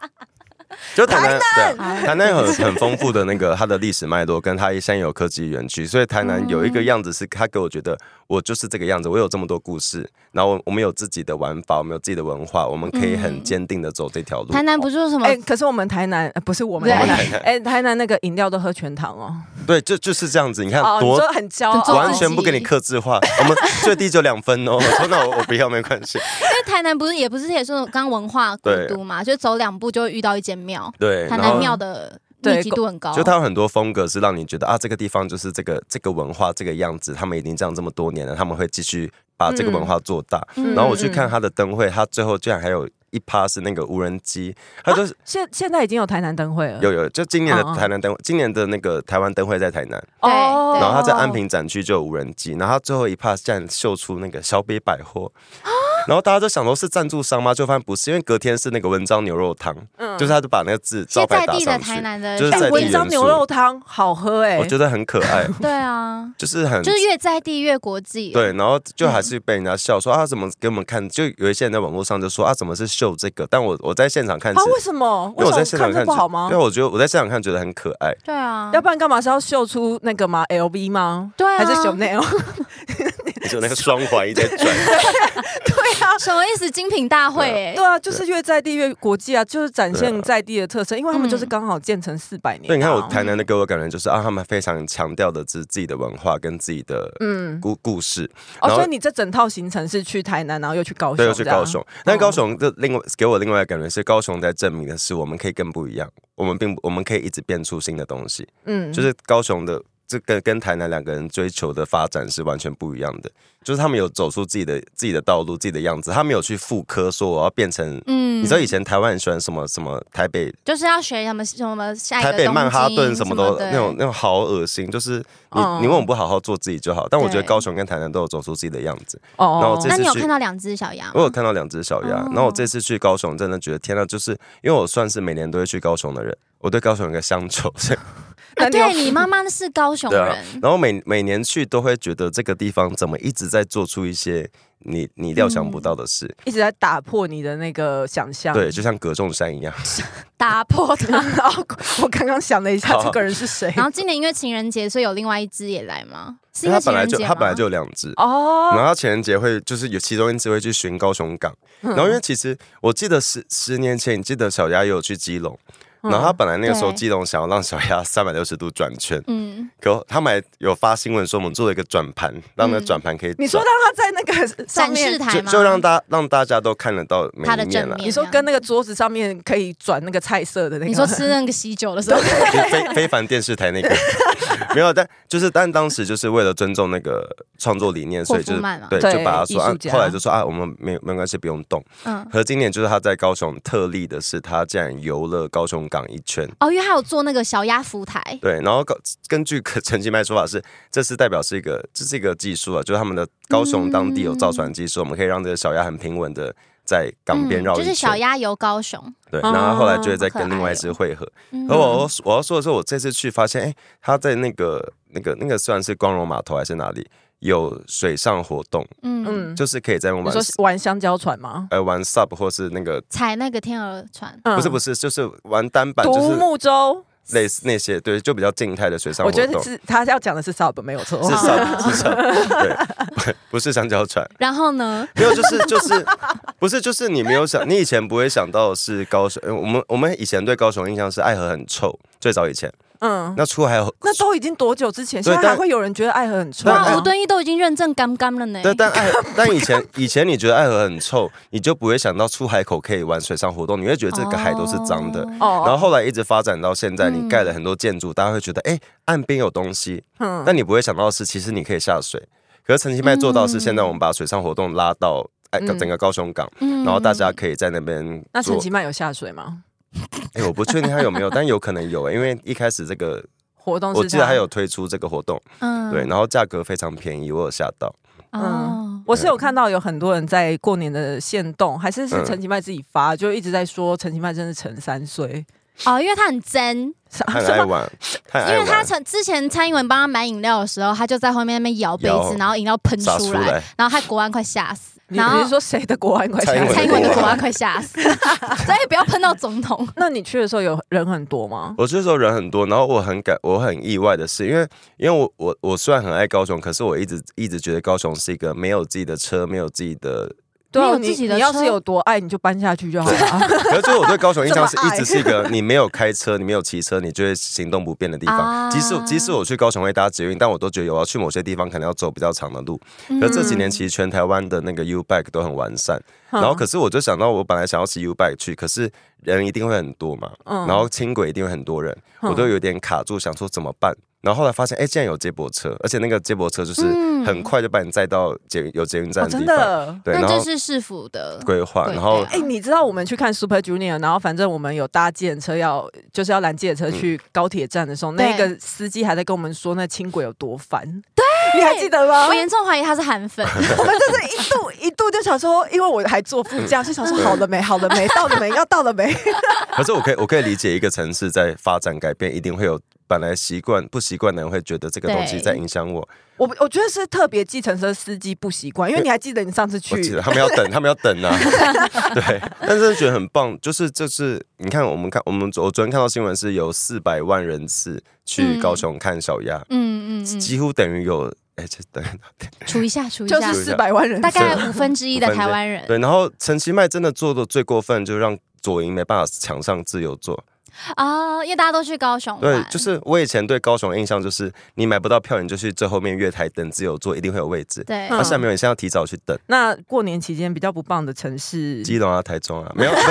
C: 就台南，对啊
B: 南
C: 台南有很很丰富的那个它的历史脉络，跟它现在有科技园区，所以台南有一个样子是，它给我觉得我就是这个样子，我有这么多故事，然后我们有自己的玩法，我们有自己的文化，我们可以很坚定的走这条路。
B: 台南不是说
C: 哦
B: 什么
A: 哎，可是我们台南呃不是我们
B: 对
A: 台南， [laughs] 哎，台南那个饮料都喝全糖哦。
C: 对，就就是这样子，你看
A: 哦，你
C: 啊多
A: 说很骄傲，
B: 做
C: 完全不给你克制化，我们最低就两分哦。我说那我我不要没关系，
B: 因为台南不是也不是也是刚文化古都嘛，就走两步就会遇到一间庙，
C: 对，
B: 台
C: 然
B: 南
C: 后。
B: 庙的密集度很高。
C: 就它有很多风格是让你觉得啊，这个地方就是这个这个文化这个样子，他们已经这样这么多年了，他们会继续把这个文化做大。
B: 嗯
C: 然后我去看他的灯会，他最后居然还有一趴是那个无人机，他就是、
B: 嗯
A: 现现在已经有台南灯会了，
C: 有有，就今年的
A: 哦哦
C: 台南灯会，今年的那个台湾灯会在台南，
B: 对
C: 然后他在安平展区就有无人机，然后他最后一趴竟然秀出那个小北百货。然后大家就想说是赞助商吗？就发现不是，因为隔天是那个文章牛肉汤，
A: 嗯
C: 就是他就把那个字招
B: 是
C: 牌
B: 在
C: 打
B: 地的
C: 上
B: 台
C: 去，
B: 南的，
C: 就是
A: 哎
C: 在地
A: 文
C: 元
A: 章牛
C: 素
A: 肉汤好喝哎，
C: 我觉得很可爱，
B: 对啊，
C: 就是很
B: 就是越在地越国际。
C: 对，然后就
A: 嗯
C: 还是被人家笑说啊，怎么给我们看？就有一些人在网络上就说啊，怎么是秀这个？但我我在现场看，
A: 啊
C: 其实
A: 为什么？
C: 因为我在现
A: 什
C: 场
A: 么看这
C: 看
A: 不好吗
C: 因为？我觉得我在现场看觉得很可
A: [laughs]
C: 爱。
B: 对啊，
A: 要不然干嘛是要秀出那个吗？LV 吗？
B: 对啊
A: 还是 Chanel？
C: 你就那个双环一
A: [laughs]
C: 直在转，
B: 哦什么意思？精品大会哎
A: 对，啊，就是越在地越国际啊，就是展
C: 对啊
A: 现在地的特色，因为他们
B: 嗯
A: 就是刚好建成四百年啊。
C: 对，你看我台南的给我感觉就是啊，他们非常强调的是自己的文化跟自己的
A: 嗯，
C: 故故事，
A: 哦，
C: 然后
A: 所以你这整套行程是去台南，然后又去高雄，
C: 对，又去高雄。但
B: 嗯
A: 哦
C: 高雄的另外给我另外的感觉是，高雄在证明的是我们可以更不一样，我们并不我们可以一直变出新的东西。
A: 这样，嗯，
C: 就是高雄的这跟跟台南两个人追求的发展是完全不一样的，就是他们有走出自己的自己的道路、自己的样子，他们有去复刻说我要变成。
B: 嗯
C: 你知道以前台湾很喜欢什么什么台北
B: 就是要学什么什么下一个
C: 台北
B: 东
C: 曼哈
B: 京
C: 顿什么都
B: 的哦
C: 那种那种好恶心，就是你
A: 嗯
C: 你问我不好好做自己就好，但我觉得
B: 对
C: 高雄跟台南都有走出自己的样子。
A: 哦
C: 然后这
B: 那你有
C: 去
B: 看到两只小羊？
C: 我有看到两只小鸭，
B: 哦
C: 然后我这次去高雄真的觉得天呐，就是因为我算是每年都会去高雄的人，我对高雄有个乡愁，所以
A: 那你有
B: 对你妈妈是高雄
C: [laughs] 对啊
B: 人，，
C: 然后每每年去都会觉得这个地方怎么一直在做出一些你你料想不到的事，
A: 一直在打破你的那个想象。
B: 嗯
C: 对，就像葛仲山一样，
B: 打破它。
A: [laughs] 然后我刚刚想了一下，
C: 好
A: 这个人是谁？
B: 然后今年因为情人节，所以有另外一只也来吗？是
C: 因为
B: 因为
C: 他
B: 情
C: 本来
B: 人
C: 就
B: 节吗？
C: 他本来就有两只，然
A: 哦，
C: 后他情人节会就是有其中一次会去巡高雄港，
B: 嗯
C: 然后因为其实我记得十十年前，你记得小鸭也有去基隆，然后他本来那个时候
B: 嗯对
C: 基隆想要让小鸭三百六十度转圈，
B: 嗯，
C: 可他们还有发新闻说我们做了一个转盘，让那个
B: 嗯
C: 转盘可以转、
A: 你说让他在那个上
B: 展示
A: 面，
B: 台
C: 就
B: 吗？
C: 就让大让大家都看得到每
B: 他的
C: 一面
B: 正
C: 了。
B: 面
A: 你说跟那个桌子上面可以转那个菜色的那个，
B: 你说吃那个喜酒的时候，
C: 就非非凡电视台那个
B: [laughs]
C: 没有，但就是但当时就是为了尊重那个创作理念，所以就
B: 霍
C: 是
B: 夫曼嘛
C: 对，
A: 对
C: 就把他说
A: 艺
C: 啊
A: 术，家
C: 后来就说啊，我们没有没有关系，不用
B: [laughs]
C: 动。
B: 嗯，
C: 和今年就是他在高雄特例的是，他竟然游了高雄港一圈。
B: 哦，因为他有做那个小鸭浮台，
C: 对，然后高 [laughs] 根据可陈其迈说法是，这是代表是一个这是一个技术啊，就是他们的高雄当地有造船技术，我们可以让这个小鸭很平稳的在港边
B: 嗯
C: 绕一圈。
B: 就是小鸭游高雄，
C: 对，
A: 哦
C: 然后他后来就会再
B: 好可
C: 跟另外
B: 爱
C: 一只汇合。
B: 嗯
C: 而我我要说的是，我这次去发现，哎、他在那个那个那个虽然是光荣码头还是哪里有水上活动，
B: 嗯，
A: 嗯，
C: 就是可以在那边
A: 你
C: [laughs] 玩
A: 说玩香蕉船吗？
C: 呃玩 sub 或是那个
B: 踩那个天鹅船，
A: 嗯
C: 不是不是就是玩单板，就
A: 独
C: 是
A: 木舟，
C: 类似那些对，就比较静态的水上活
A: 我觉
C: 动
A: 得。是他要讲的是 sub 没有错，
C: 是
B: 啊
C: sub 是 sub，对，不是香蕉船，
B: 然后呢，
C: 没有就是就是不是就是你没有想，你以前不会想到是高雄，呃我们我们以前对高雄印象是爱河很臭，最早以前，
A: 嗯。
C: 那出来还有
A: 那都已经多久之前？
C: 对
A: 现在还
C: 但
A: 会有人觉得爱河很啊臭
C: 对
A: 吗
B: 哇，吴？敦义都已经认证干干了呢，
A: 哎
C: 但但爱，但以前以前你觉得爱河很臭，你就不会想到出海口可以玩水上活动，你会觉得这个海都是脏的。
B: 哦
A: 哦
C: 然后后来一直发展到现在，
B: 嗯
C: 你盖了很多建筑，大家会觉得哎、岸边有东西，
A: 嗯
C: 但你不会想到的是，其实你可以下水。可是陈其迈做到的是，
B: 嗯
C: 现在我们把水上活动拉到哎
A: 嗯
C: 整个高雄港，
B: 嗯
C: 然后大家可以在那边
A: 那陈
C: 做
A: 其。迈有下水吗？
C: 哎，我不确定他有没有，但有可能有，哎因为一开始这个
A: 活动是
C: 我记得
A: 他
C: 还有推出这个活动，
B: 嗯
C: 对，然后价格非常便宜，我有吓到。
B: 哦，
A: 我是有看到有很多人在过年的限动，还是是
C: 嗯
A: 陈其迈自己发，就一直在说陈其迈真是陈三岁，啊
B: 哦，因为他很真，
A: 什
C: 他很
A: 什
C: 爱
A: 么
C: 玩，他很
B: 因
C: 爱
B: 为他
C: 玩，
B: 曾之前蔡英文帮他买饮料的时候，他就在后面那边摇杯
C: 摇
B: 子，然后饮料喷
C: 洒
B: 出
C: 出
B: 来
C: 来，
B: 然后害国安快吓死，
A: 你
B: 然
A: 你
B: 后
A: 是。说谁的国安快
C: 蔡英
A: 下
C: 文
B: 蔡
A: 水
B: 英文的国安快
A: [laughs]
B: 吓死，所以不要喷到总统。
A: 那你去的时候有人很多吗？
C: 我去的时候人很多，然后我很感我很意外的是，因为因为我我我虽然很爱高雄，可是我一直一直觉得高雄是一个没有自己的车，没有自己的，
A: 对
B: 没
A: 啊，
B: 有
A: 你
B: 自己的
A: 你要是
B: 车
A: 有多爱，你就搬下去就好
B: [laughs]
A: 了。
C: 可是就是我对高雄印象是
A: 这么
C: 一
A: 爱
C: 直是一个你没有开车，你没有骑车，你就会行动不便的地
B: 啊
C: 方。即使即使我去高雄会搭捷运，但我都觉得我要去某些地方可能要走比较长的路。
B: 嗯
C: 可是这几年其实全台湾的那个 U bike 都很完善， [laughs]
B: 嗯
C: 然后可是我就想到我本来想要骑 U bike 去，可是人一定会很多嘛，
A: 嗯
C: 然后轻轨一定会很多人，
A: 嗯
C: 我都有点卡住，想说怎么办。然后后来发现，哎，竟然有接驳车，而且那个接驳车就是
B: 嗯
C: 很快就把你载到捷运有捷运站
A: 哦
C: 的
A: 真
C: 地方，
A: 的。
C: 对，
B: 那
C: 然
B: 这
C: 后
B: 是市府的，
C: 规划，
B: 对
C: 然后
B: 对
A: 哎、你知道我们去看 Super Junior，然后反正我们有搭计程车要，就是要拦计
C: 嗯
A: 程车去高铁站的时候，那
B: 对
A: 个司机还在跟我们说那轻轨有多烦。对，你还记得吗？
B: 我哦严重怀疑他是
C: [laughs]
B: 韩粉。
A: 我们就是一度一度就想说，因为我还坐副
C: [laughs]
A: 驾，就想说好了没，好了没，到了没，要到了没。
C: 可是我可以，我可以理解一个城市在发展改变，一定会有本来习惯不习惯的人会觉得这个东西
B: 对
C: 在影响我。
A: 我我觉得是特别计程车司机不习惯，因为你还记得你上次去
C: 我记得他们要等，他们要等
B: [laughs]
C: 啊。对，但是觉得很棒，就是这是你看，我们看我们我昨天看到新闻是有四百万人次去
B: 嗯
C: 高雄看小鸭，
B: 嗯嗯嗯，
C: 几乎等于有哎，这等于
B: 除一下，除一
A: 就
B: 下
A: 是，四百万人
B: 大
A: 次，
B: 概五分之一的
C: 五分之一
B: 台湾人
C: 对。然后陈其迈真的做的最过分，就让左营没办法抢上自由座。
B: 哦，因为大家都去高雄
C: 对
B: 玩，，
C: 就是我以前对高雄的印象就是，你买不到票，你就去最后面月台等自由座，一定会有位置。
B: 对，
A: 嗯
C: 那、现啊在没有，你现在要提早去等。
A: 那过年期间比较不棒的城市，
C: 基隆啊，台中啊，没有，没有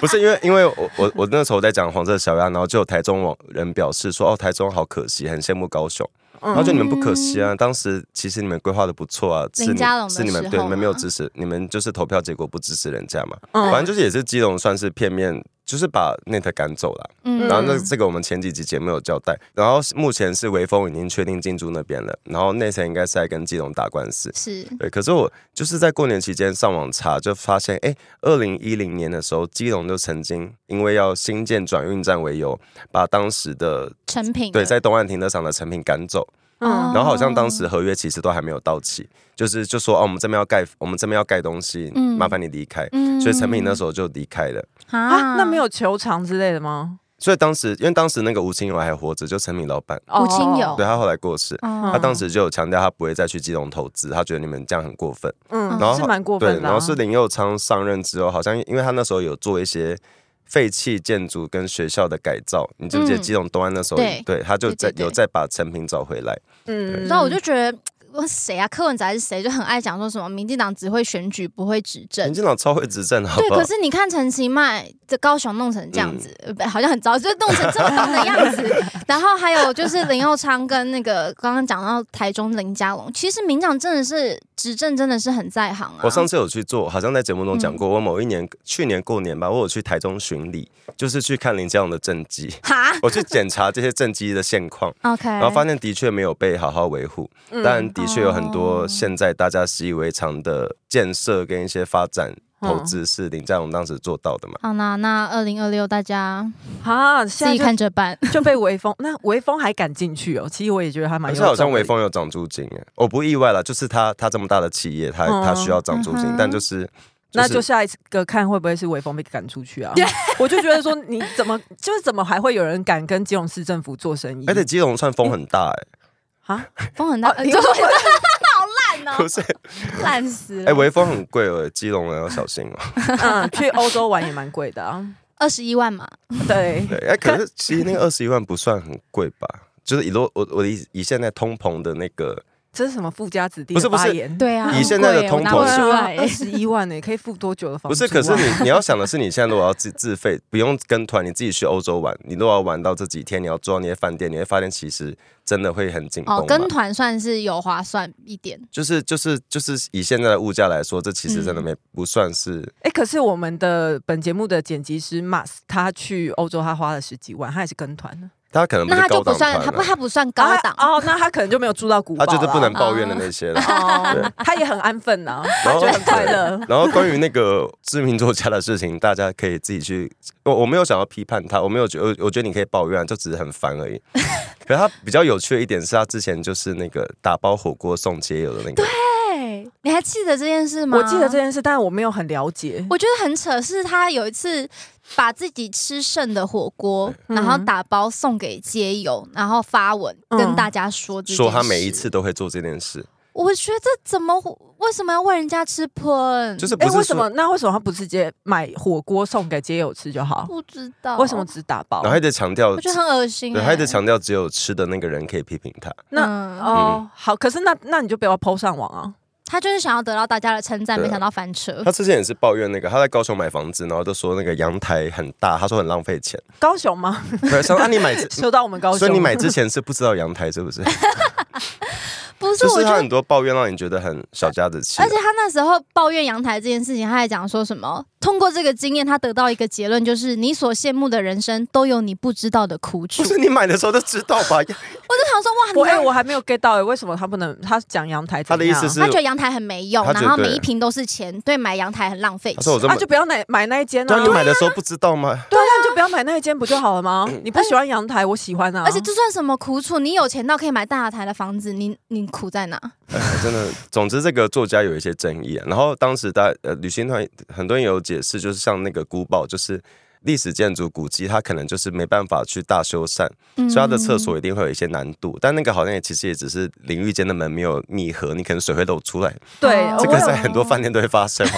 C: 不是因为因为我我我那时候在讲黄色小鸭，然后就有台中网人表示说，哦，台中好可惜，很羡慕高雄。
A: 嗯
C: 然
B: 嗯
C: 后就你们不可惜啊，当时其实你们规划的不错啊，是
B: 林
C: 你
B: 佳龙的
C: 是你们
B: 时
C: 对
B: 候
C: 你们没有
B: 吗
C: 支持，你们就是投票结果不支持人家嘛，
A: 嗯
C: 反正就是也是基隆算是片面就是把 Net 赶走了。
B: 嗯
C: 然后那这个我们前几集节目有交代，然后目前是微风已经确定进驻那边了，然后 Net 应该是在跟基隆打官司。
B: 是
C: 对，可是我就是在过年期间上网查，就发现，哎，二零一零年的时候，基隆就曾经因为要新建转运站为由，把当时的
B: 成品
C: 对
B: 了
C: 在东岸停车场的成品赶走，
A: 嗯
B: 哦
C: 然后好像当时合约其实都还没有到期，就是就说哦，我们这边要盖，我们这边要盖东西，
B: 嗯
C: 麻烦你离开。
B: 嗯哦
C: 所以成品那时候就离开了。
A: 啊，那没有球场之类的吗？
C: 所以当时因为当时那个吴清友还活着，就成品老板，
A: 哦
B: 吴清友
C: 对他后来过世。
B: 哦
C: 他当时就有强调，他不会再去基隆投资，他觉得你们这样很过分。
A: 嗯，
B: 嗯
C: 然后
A: 是蛮过分的
C: 对，
A: 啊、
C: 然后是林佑昌上任之后，好像因为他那时候有做一些废弃建筑跟学校的改造，你记不记得
B: 嗯
C: 基隆东安那时候，
B: 对
C: 对，他就
B: 对
C: 再
B: 对对
C: 有再把成品找回来。
A: 嗯，
B: 然后我就觉得。我谁啊？柯文哲还是谁？就很爱讲说什么民进党只会选举不会执政
C: 民，进党超会执政，好
B: 对，
C: 不嗯好嗯
B: 可？是你看陈其迈这高雄弄成这样子，呃不好像很糟，就是弄成这么糟的样
C: [laughs]
B: 子。然后还有就是林佑昌跟那个刚刚讲到台中林佳龙，其实民长真的是执政真的是很在行啊。
C: 我上次有去做，好像在节目
B: 嗯
C: 中讲过，我某一年去年过年吧，我有去台中巡礼，就是去看林佳龙的政绩，[laughs]
B: 哈哎
C: 我去检查这些政绩的现
B: [laughs]
C: 况。
B: ，OK，
C: 然后发现的确没有被好好维护，
A: 嗯
C: 但的确有很
A: 哦
C: 多现在大家习以为常的建设跟一些发展
A: 嗯
C: 投资是林佳龙当时做到的嘛。
B: 好啦，那二零二六大家
A: 啊，
B: 自
A: 现
B: 己
A: 在
B: 看
A: [laughs]
B: 着办。
A: 就就被微风，那微风还敢进去哦，其实我也觉得还蛮有
C: 而且
A: 种的，
C: 好像微风有涨租金哎，我不意外了，就是他他这么大的企业，他
A: 嗯
C: 他需要涨租金
B: 嗯哼，
C: 但就是
A: 那就是下一次个看会不会是微风被赶出去啊？我就觉得说，你怎么就是怎么还会有人敢跟基隆市政府做生意？
C: 而且基隆算风很大哎，
A: 啊，
B: 风很大，
A: 哦
B: 呃
A: 你 [laughs]
B: 就是
A: 说
B: 好
A: 嗯
C: [laughs]
B: 烂
C: 不
B: 哦，
C: 是
B: [laughs] 烂死
C: 哎，
B: 了。
C: 微风很贵哦，基隆人要小心哦。 [laughs]
A: 嗯，去欧洲玩也蛮贵的啊。
B: 二十一万嘛，
A: 对，
C: 对，哎，可是其实那个二十一万不算很贵吧？就是以罗我我的以以现在通膨的那个，
A: 这是什么富家子弟
C: 不是
A: 的
C: 不是
A: 发言？
B: 对啊，
C: 以现在的通膨
B: 很
A: 对
B: 贵耶我拿
C: 是
B: 不出
A: 啊
B: 来，哦
A: 二
C: [laughs]
B: 耶。
A: 十一万呢、可以付多久的房
C: 不
A: 租、啊？
C: 是？可是你你要想的是，你现在如果要自自费，不用跟团，你自己去欧洲玩，你如果要玩到这几天，你要住到那些饭店，你会发现其实真的会很紧绷
B: 哦
C: 嘛。，
B: 跟团算是有划算一点，
C: 就是就是就是以现在的物价来说，这其实
B: 嗯
C: 真的没、不算是
A: 哎、可是我们的本节目的剪辑师 Mas，他去欧洲他花了十几万，他也是跟团的，
C: 他可能不
B: 那
C: 是
B: 他就
C: 高
B: 不
C: 档
B: 算，
C: 团
B: 他不啊
C: 了，
B: 他不算高档
A: 啊哦，那他可能就没有住到古堡
C: 他
A: 啦，
C: 就是不能抱怨的那些了。
B: [laughs]
A: 哦，他也很安分
C: [laughs]
A: 呐、
C: 然
A: 他
C: 后
A: 觉得很快 [laughs] 乐。
C: 然后关于那个知名作家的事情，大家可以自己去。我我没有想要批判他，我没有觉得，我觉得你可以抱怨，就只是很烦
A: [laughs]
C: 而已。可是他比较有趣的一点是，他之前就是那个打包火锅送街友的那个，
B: 对，你还记得这件事吗？
A: 我记得这，件事，但我没有很了解。
B: 我觉得很扯，是他有一次把自己吃剩的火锅，
A: 嗯
B: 然后打包送给街友，然后发文、
A: 嗯
B: 跟大家说这件事
C: 说他每一次，都会做这件事，
B: 我觉得怎么为什么要喂人家吃喷？
C: 就是不
A: 哎、为
C: 是
A: 什
C: 说，
A: 么？那为什么他不直接买火锅送给街友吃就好？
B: 不知道
A: 为什么，只打包
C: 然后？还得强调
B: 我，觉得很恶心、
C: 对，
B: 欸。
C: 还得强调只有吃的那个人可以批评他。
A: 那
B: 嗯
A: 哦，好，可是那那你就不要 PO 上网啊。
B: 他就是想要得到大家的称赞，
C: 对啊
B: 没想到翻车
C: 他。之前也是抱怨那个，他在高雄买房子，然后就说那个阳台很大，他说很浪
A: [laughs]
C: 费钱。
A: 高雄
C: [laughs]
A: 吗？
C: 对，说啊你买之，
A: 收到我们高雄，
C: 所以你买之前是不知道阳台是不是？
B: 不是，
C: 就
B: 我
C: 是
B: 觉
C: 他
B: 得
C: 很多抱怨让你觉得很小家子气啊
B: 而。且他那时候抱怨阳台这件事情，他还讲说什么？通过这个经验，他得到一个结论，就是你所羡慕的人生都有你不知道的苦
C: [laughs]
B: 楚。
C: 不
B: 我
C: 是你买的时候就知道吧？啊
B: 就想说，哇，你
A: 我哎、
B: 阳
A: 我还没有 get 到哎、为什么他不能？他讲阳台怎
C: 他的意
A: 样
C: 思是
B: 他觉得阳台很没用，
C: 他觉得
B: 然后每一瓶都是钱，对买阳台很浪费
C: 他说我这
B: 钱。
A: 啊，
C: 么，
A: 就不要买买那一间啊。
C: 对啊，你买的嗯时候不知道吗？ [laughs]
A: 对啊，那你就不要买那一间不就好了吗？你不喜欢阳台，我喜欢啊。
B: 而且就算什么苦楚，你有钱到可以买大阳台的房子，你你苦在哪？
C: 哎真的，总之这个作家有一些争议啊。然后当时大呃旅行团很多人有解释，就是像那个古堡，就是历史建筑古迹，它可能就是没办法去大修缮，
B: 嗯
C: 所以它的厕所一定会有一些难度。但那个好像也其实也只是淋浴间的门没有密合，你可能水会漏出来。
A: 对，啊
B: 哦
A: 我
C: 这个
A: 有
C: 在很多饭店都会发生哦。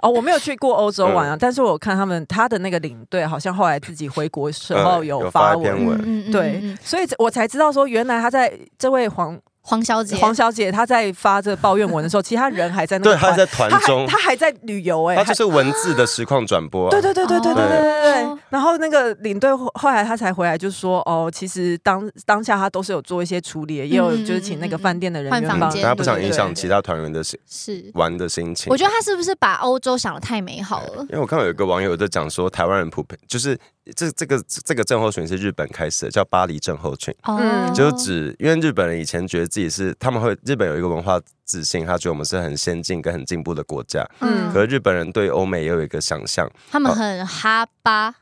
A: 哦，我没有去过欧洲玩啊，
C: 嗯
A: 但是我看他们他的那个领队好像后来自己回国时候
C: 嗯
A: 有
C: 有发
A: 发
C: 一篇
A: 文，
C: 文
B: 嗯嗯嗯
A: 对，所以我才知道说原来他在这位黄
B: 黄小姐，
A: 黄小姐她在发这个抱怨文的时候，其实她人还在那
C: 对，
A: 个
C: 他
A: 团，
C: 在团
A: 她还
C: 中，
A: 她还在旅游哎、
C: 他就是文字的实况转播啊。
A: 对对对对对对对对
B: 哦
A: 对。然后那个领队后后来他才回来，就说哦，其实当当下他都是有做一些处理，也有就是请那个饭店的人
B: 换
A: 员
B: 房
A: 帮
B: 间
C: 嗯，大家不想影
A: 对
C: 响
A: 对对
C: 其他团员的心
B: 是，
C: 玩的心情。
B: 我觉得她是不是把欧洲想的太美好了？
A: 嗯
C: 因为我看到有一个网友在讲说，台湾人普遍就是这这个这个症候群是日本开始的，叫巴黎症候群，
B: 哦
A: 嗯，
C: 就是指因为日本人以前觉得自己是他们会日本有一个文化自信，他觉得我们是很先进跟很进步的国家，
A: 嗯
C: 可是啊日本人对欧美也有一个想象，
B: 他们很哈巴，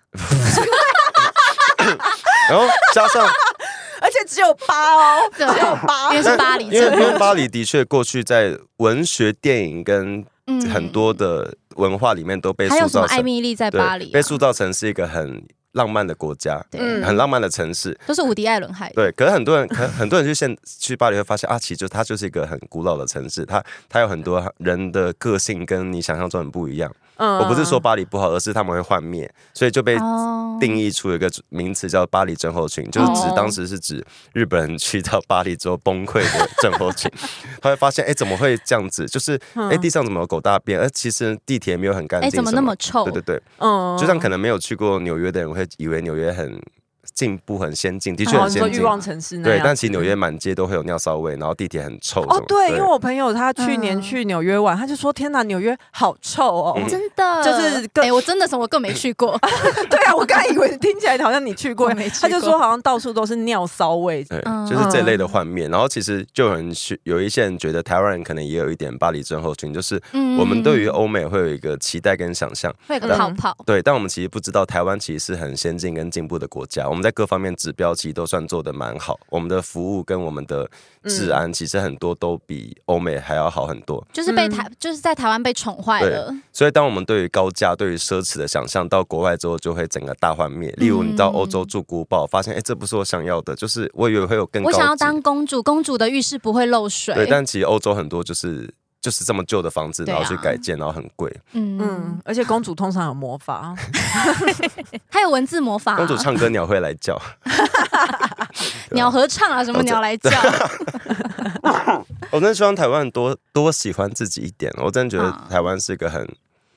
C: 然后加上
A: 而且只有八哦，只
B: 对
A: 有八
B: [laughs] 因。为是巴黎
C: 因为因为
B: 镇，
C: 巴黎的确过去在文学、电影跟
B: 嗯
C: 很多的文化里面都被
B: 还有
C: 塑
B: 什么
C: 造
B: 艾
C: 成
B: 米丽在
C: 对
B: 巴黎啊
C: 被，塑造成是一个很浪漫的国家，
B: 对，
A: 嗯
C: 很浪漫的城市。
B: 都是伍迪·艾伦害的。
C: 对，可是很多人，可很多人去现去巴黎会发现啊，其实就它就是一个很古老的城市，它它有很多人的个性跟你想象中很不一样。
A: 嗯
C: 我不是说巴黎不好，而是他们会幻灭，所以就被
B: 哦
C: 定义出一个名词叫巴黎症候群，就是指
B: 哦
C: 当时是指日本人去到巴黎之后崩溃的症候群。他会发现，哎，怎么会这样子？就是哎，地上怎么有狗大便？哎，其实地铁没有很干
B: 嗯哎，
C: 净，
B: 怎么那么？臭哦
C: 对？对对，
A: 嗯
C: 就像可能没有去过纽约的人会以为纽约很进步、很先进，的确
A: 哦
C: 很
A: 你说
C: 先
A: 欲
C: 进。
A: 望城市那
C: 对，
A: 样
C: 但其实纽约满街都会有尿骚味，然后地铁很臭。
A: 哦，对，因为我朋友他去
B: 嗯
A: 年去纽约玩，他就说：“天哪，纽约好臭哦！”
C: 嗯
B: 真的，
A: 就是更
B: 哎，我真的什么更没去
C: [laughs]
B: 过，
A: [laughs] 对啊，我刚才以为听起来好像你去过
B: 我没去，
A: 他就
B: 过
A: 说好像到处都是尿骚味。
C: 对
B: 嗯，
C: 就是这类的幻灭。然后其实就有人去，有一些人觉得台湾人可能也有一点巴黎症候群，就是
B: 嗯
C: 我们对于欧美会有一个期待跟想象，
B: 会有个泡泡，
A: 嗯
C: 对，但我们其实不知道台湾其实是很先进跟进步的国家，我们在各方面指标其实都算做得蛮好，我们的服务跟我们的治
A: 嗯
C: 安其实很多都比欧美还要好很多。
B: 就是被台，
A: 嗯
B: 就是在台湾被宠坏了。
C: 所以，当我们对于高价、对于奢侈的想象，到国外之后就会整个大幻灭。例如，你到欧洲
B: 嗯
C: 住古堡，发现哎、诶这不是我想要的，就是我以为会有更高
B: 我
C: 级。
B: 想要当公主，公主的浴室不会漏水。
C: 对，但其实欧洲很多就是就是这么旧的房子，
B: 对
C: 然
B: 啊
C: 后去改建，然后很贵。
B: 嗯
A: 嗯，，而且公主通常有魔
C: [laughs]
A: 法，
B: 还有文字魔法啊，
C: 公主唱歌鸟会来叫， [laughs]
B: 鸟合唱啊，什么鸟来叫？
C: [laughs] 我真的希望台湾人多多喜欢自己一点。我真的觉得
B: 啊
C: 台湾是一个很……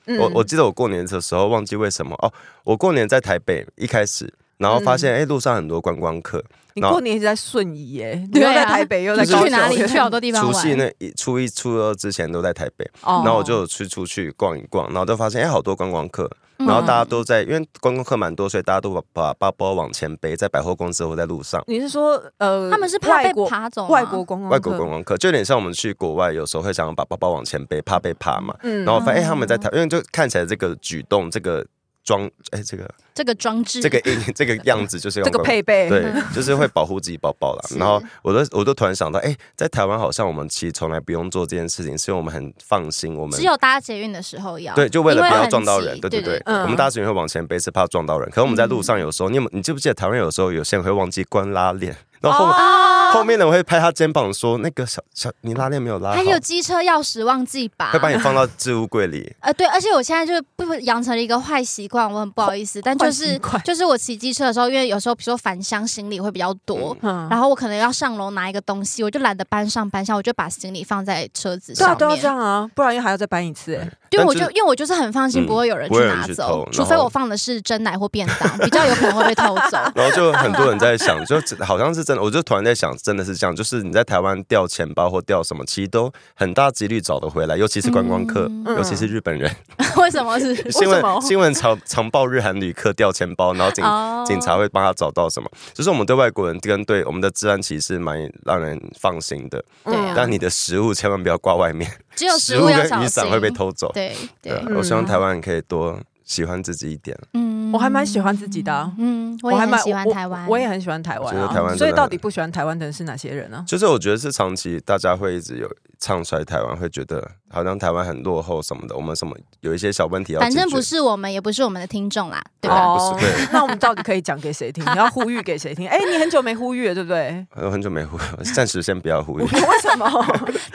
A: 嗯
C: 我我记得我过年的时候忘记为什么哦，我过年在台北一开始，然后发
B: 嗯
C: 现哎、路上很多观光客，
A: 你
C: 然后
A: 过年一直在顺义耶，你
B: 对
A: 又
B: 啊
A: 在台北，又在
B: 你
A: 高雄，
B: 去
C: [laughs]
B: 哪里？去啊好多地方
C: 除夕
B: 玩。
C: 那一初一初二之前都在台北，
A: 哦
C: 然后我就有去出去逛一逛，然后就发现哎、好多观光客，
B: 嗯
C: 然后
A: 嗯
C: 大家都在，因为观光客蛮多，所以大家都把把包包往前背，在百货公司或在路上。
A: 你是说呃，
B: 他们是怕被
A: 外国
B: 爬走吗，
A: 外国公
C: 外国观光客就有点像我们去国外，有时候会想要把包包往前背，怕被爬嘛。
A: 嗯
C: 然后我发现、哎他们在台，因为就看起来这个举动，这个装，哎、这个
B: 这个装置，
C: 这个印，这个样
A: [laughs]
C: 子就是
A: 嗯这个配备，嗯
C: 对，就是会保护自己包包啦。然后我都我都突然想到，哎、在台湾好像我们其实从来不用做这件事情，是因为我们很放心，我们
B: 只有搭捷运的时候要。
C: 对，就为了
B: 因
C: 不要
B: 很
C: 撞到
B: 挤
C: 人，对
B: 对
C: 对对，
A: 嗯
C: 我们搭捷运会往前背是怕撞到人，可是我们在路上有时候，你有你记不记得台湾有时候有些人会忘记关拉链，然后后、
B: 哦
C: 后面的人会拍他肩膀说，那个小小你拉链没有拉啊好
B: 还，有机车钥匙忘记拔
C: 会。把你放到置物柜里。
B: 呃，对，而且我现在就是不养成了一个坏习惯，我很不好意思，但就
A: 坏
B: 是
A: 习惯
B: 就是我骑机车的时候，因为有时候比如说返乡行李会比较多，
A: 嗯，
B: 然后我可能要上楼拿一个东西，我就懒得搬上搬下，我就把行李放在车子
A: 对
B: 上
A: 啊，
B: 面。
A: 都要这样啊，不然又还要再搬一次哎。
B: 对，
C: 但
B: 我
C: 就是
B: 就因为我就是很放心，
C: 嗯
B: 不会有人
C: 不会有人
B: 拿
C: 去
B: 走
C: 偷，
B: 除
C: 然
B: 非
C: 后
B: 我放的是真奶或便当，比较有可能会被偷走。 [laughs]
C: 然后就很多人在想，就好像是真的，我就突然在想，真的是这样，就是你在台湾掉钱包或掉什么，其实都很大几率找得回来，尤其是观光客，
B: 嗯
C: 尤其是日本人。
B: 为什么是？
C: 新
A: 为什
C: [laughs]
A: 么
C: 闻新闻常常报日韩旅客掉钱包，然后警、
B: 哦
C: 警察会帮他找到什么，就是我们对外国人跟对我们的治安其实是蛮让人放心的，
B: 对
A: 嗯
B: 啊
C: 但你的食物千万不要挂外
B: [laughs]
C: 面，
B: 只有
C: 食
B: 食物要
C: 跟
B: 小
C: 雨伞
B: 心。
C: 会被偷走。
B: 对对，
C: 啊
A: 嗯
C: 我希望台湾人可以多喜欢自己一点。
B: 嗯
A: 我还蛮喜欢自己的啊
B: 嗯，我
A: 我
B: 也
A: 还
B: 很
A: 蛮
B: 喜欢台湾，
A: 我，我也很喜欢台湾
C: 我觉得台湾
A: 啊。
C: 真的
A: 所以到底不喜欢台湾的人是哪些人呢？
C: 就是我觉得是长期大家会一直有唱衰台湾，会觉得好像台湾很落后什么的，我们什么有一些小问题要解
B: 反
C: 决。
B: 正不是我们，也不是我们的听众啦，对
C: 对啊
A: 哦
B: 吧？
C: 不是对
A: 那我们到底可以讲给谁
B: [laughs]
A: 听？你要呼吁给谁听？哎，你很久没呼吁了，对不对？
C: 哎我很久没呼，暂时先不要
B: [laughs]
C: 呼吁。
A: 为什么？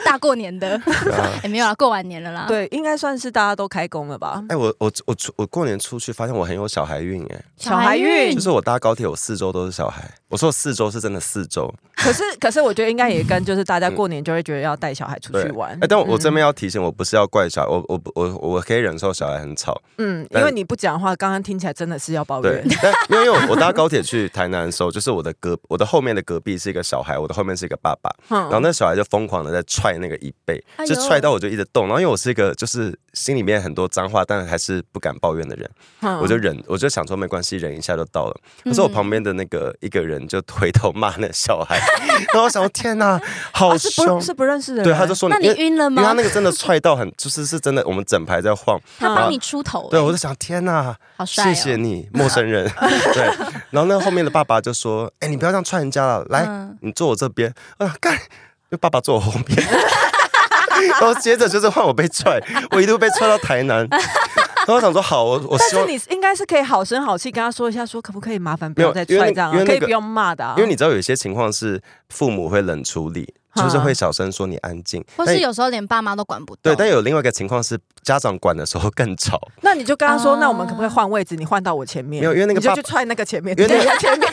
B: 大过年的，
C: 啊
B: [laughs] 也没有啦，过完年了啦。嗯
A: 对，应该算是大家都开工了吧？
C: 哎、我我我出我过年出去发现我很有小小孩运哎、
A: 小孩运
C: 就是我搭高铁，我四周都是小孩。我说四周是真的四周，
A: 可是可是我觉得应该也跟就是大家过年就会觉得要带小孩出
C: 嗯对
A: 去玩嗯
C: 哎、，但我我这边要提醒，我不是要怪小孩，我我我我可以忍受小孩很吵，
A: 嗯，因
C: 但
A: 为你不讲话，刚刚听起来真的是要抱
C: 对
A: 怨。，
C: 但因为因为我我搭高铁去台南的时候，就是我的隔我的后面的隔壁是一个小孩，我的后面是一个爸爸，然后
A: 嗯，
C: 那小孩就疯狂的在踹那个椅背，
B: 哎呦
C: 就踹到我就一直动，然后因为我是一个就是心里面很多脏话，但还是不敢抱怨的人，
A: 嗯
C: 我就忍，我就想说没关系，忍一下就到了。可是我旁边的那个一个人就回头骂那小孩， [laughs] 然后我想说天哪，好
A: 啊是
C: 凶
A: 不，是不认识的人，
C: 对，他就说
B: 那你
C: 因为
B: 晕了
C: 因为他
B: 吗
C: 那？个真的踹到很，就是是真的，我们整排在
B: [laughs]
C: 晃。
B: 他
C: 然
B: 帮
C: 后
B: 你出头，欸
C: 对，我就想，天哪，
B: 好帅
C: 谢谢
B: 哦，
C: 你，陌生
B: [laughs]
C: 人。对，然后那后面的爸爸就说：“哎、你不要这样踹人家了，来，
B: 嗯
C: 你坐我这边。”啊，干，因为爸爸坐我后面。 [laughs] 然后接着就是换我被踹，我一路被踹到台
B: [laughs]
C: 南。然后我想说，好，我我
A: 但
C: 希
A: 是
C: 望，
A: 你应该是可以好声好气跟他说一下，说可不可以麻烦不
C: 没有
A: 要再
C: 因为
A: 踹
C: 那
A: 这样啊
C: 因，为那
A: 可以
C: 个
A: 不用骂的啊，
C: 因为你知道有些情况是父母会冷处理，就是
A: 嗯
C: 会小声说你安静，
B: 或
C: 但
B: 是有时候连爸妈都管不
C: 对，
B: 动。
C: 但有另外一个情况是家长管的时候更吵，
A: 那你就跟他说，
B: 啊
A: 那我们可不可以换位置？你换到我前面，
C: 没有因为那个
A: 你就
C: 爸
A: 去踹那个前面，
C: 因为那个
A: 对前面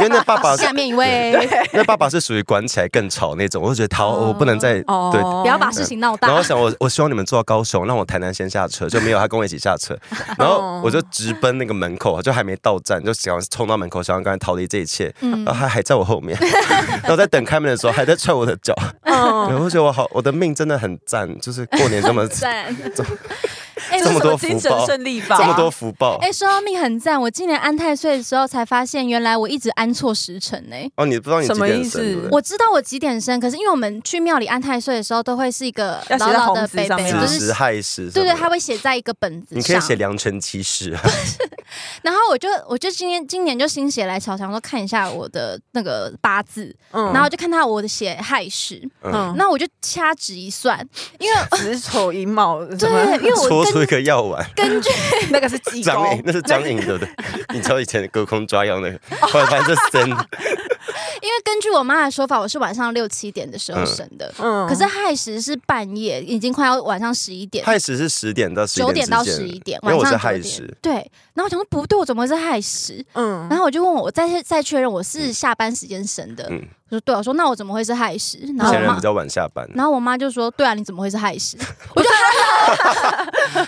C: 因为那爸
B: [laughs]
C: 爸是
B: 下面
A: [laughs]
B: 一位，
C: 那爸爸是属于管起来更吵那种，我就觉得他
B: [laughs] 哦
C: 我不能再对。
B: 不要把事情闹大
C: 然后。想我，我希望你们坐到高雄，让我台南先下车，就没有他跟我一起下
B: [laughs]
C: 车，然
B: 哦
C: 后我就直奔那个门口，就还没到站，就想要冲到门口，想要赶快逃离这一切，
B: 嗯
C: 然后他还在我后面， [laughs] 然后在等开门的时候还在踹我的
B: [laughs]
C: 脚，
A: 嗯，
C: 对我就觉得我好，我的命真的很赞，就是过年
B: [laughs]
C: 这么 [laughs] 这
B: 赞，
A: 哎
C: [laughs] 这么多
A: 是什精
C: 福报
A: 神胜利法，
C: 么多福报
B: 哎、。说到命很赞，我今年安太岁的时候才发现，原来我一直安错时辰呢、
C: 哦，你不知道你几
A: 什么
C: 点
A: 意思
C: 生对不对
B: 我知道我几点生，可是因为我们去庙里安太岁的时候，都会是一个
A: 要写
B: 老
A: 在
B: 老
A: 红
B: 的
A: 纸
B: 北
A: 上
B: 北，
A: 面
B: 就
A: 吗
C: 子
B: 是
C: 时亥时什
B: 对
C: 么的，
B: 对，他会写在一个本子
C: 你可以
B: 上。
C: 写良辰吉时啊，
B: 然后我就我就今天今年就心血来潮，想说看一下我的那个八字，
A: 嗯
B: 然后就看到我的写亥时，
A: 嗯，
B: 那我就掐指一算，
C: [laughs]
B: 因为哦
A: 子丑寅卯，什
B: [laughs] 对
A: 么，
B: 因为我
C: 搓出一
B: 根
C: 个药丸。
B: 根据
A: 那个是鸡
C: [laughs] 张
A: 公，
C: 颖，那是张颖
B: [laughs]
C: 对不对？你知道以前隔空抓药那个，后来发现这是真
B: 哦
C: 的。
B: 因为根据我妈的说法，我是晚上六七点的时候生的，
A: 嗯
B: 可是亥时是半夜，已经快要晚上十一点，
C: 亥时是十点到十
B: 九点到
C: 之间
B: 十一点，
C: 因为
B: 晚
C: 我
B: 上
C: 是
B: 九
C: 亥
B: 点
C: 时。
B: 对，然后我想说不对，我怎么会是亥时？
A: 嗯
B: 然后我就问我，我再再确认我是下班时间生的。
C: 嗯
B: 我说对，我说那我怎么会是亥时？
C: 以
B: 然后我
C: 前人
B: 妈
C: 比，较晚下
B: [laughs]
C: 班，
B: 然后我妈就说对啊，你怎么会是亥时？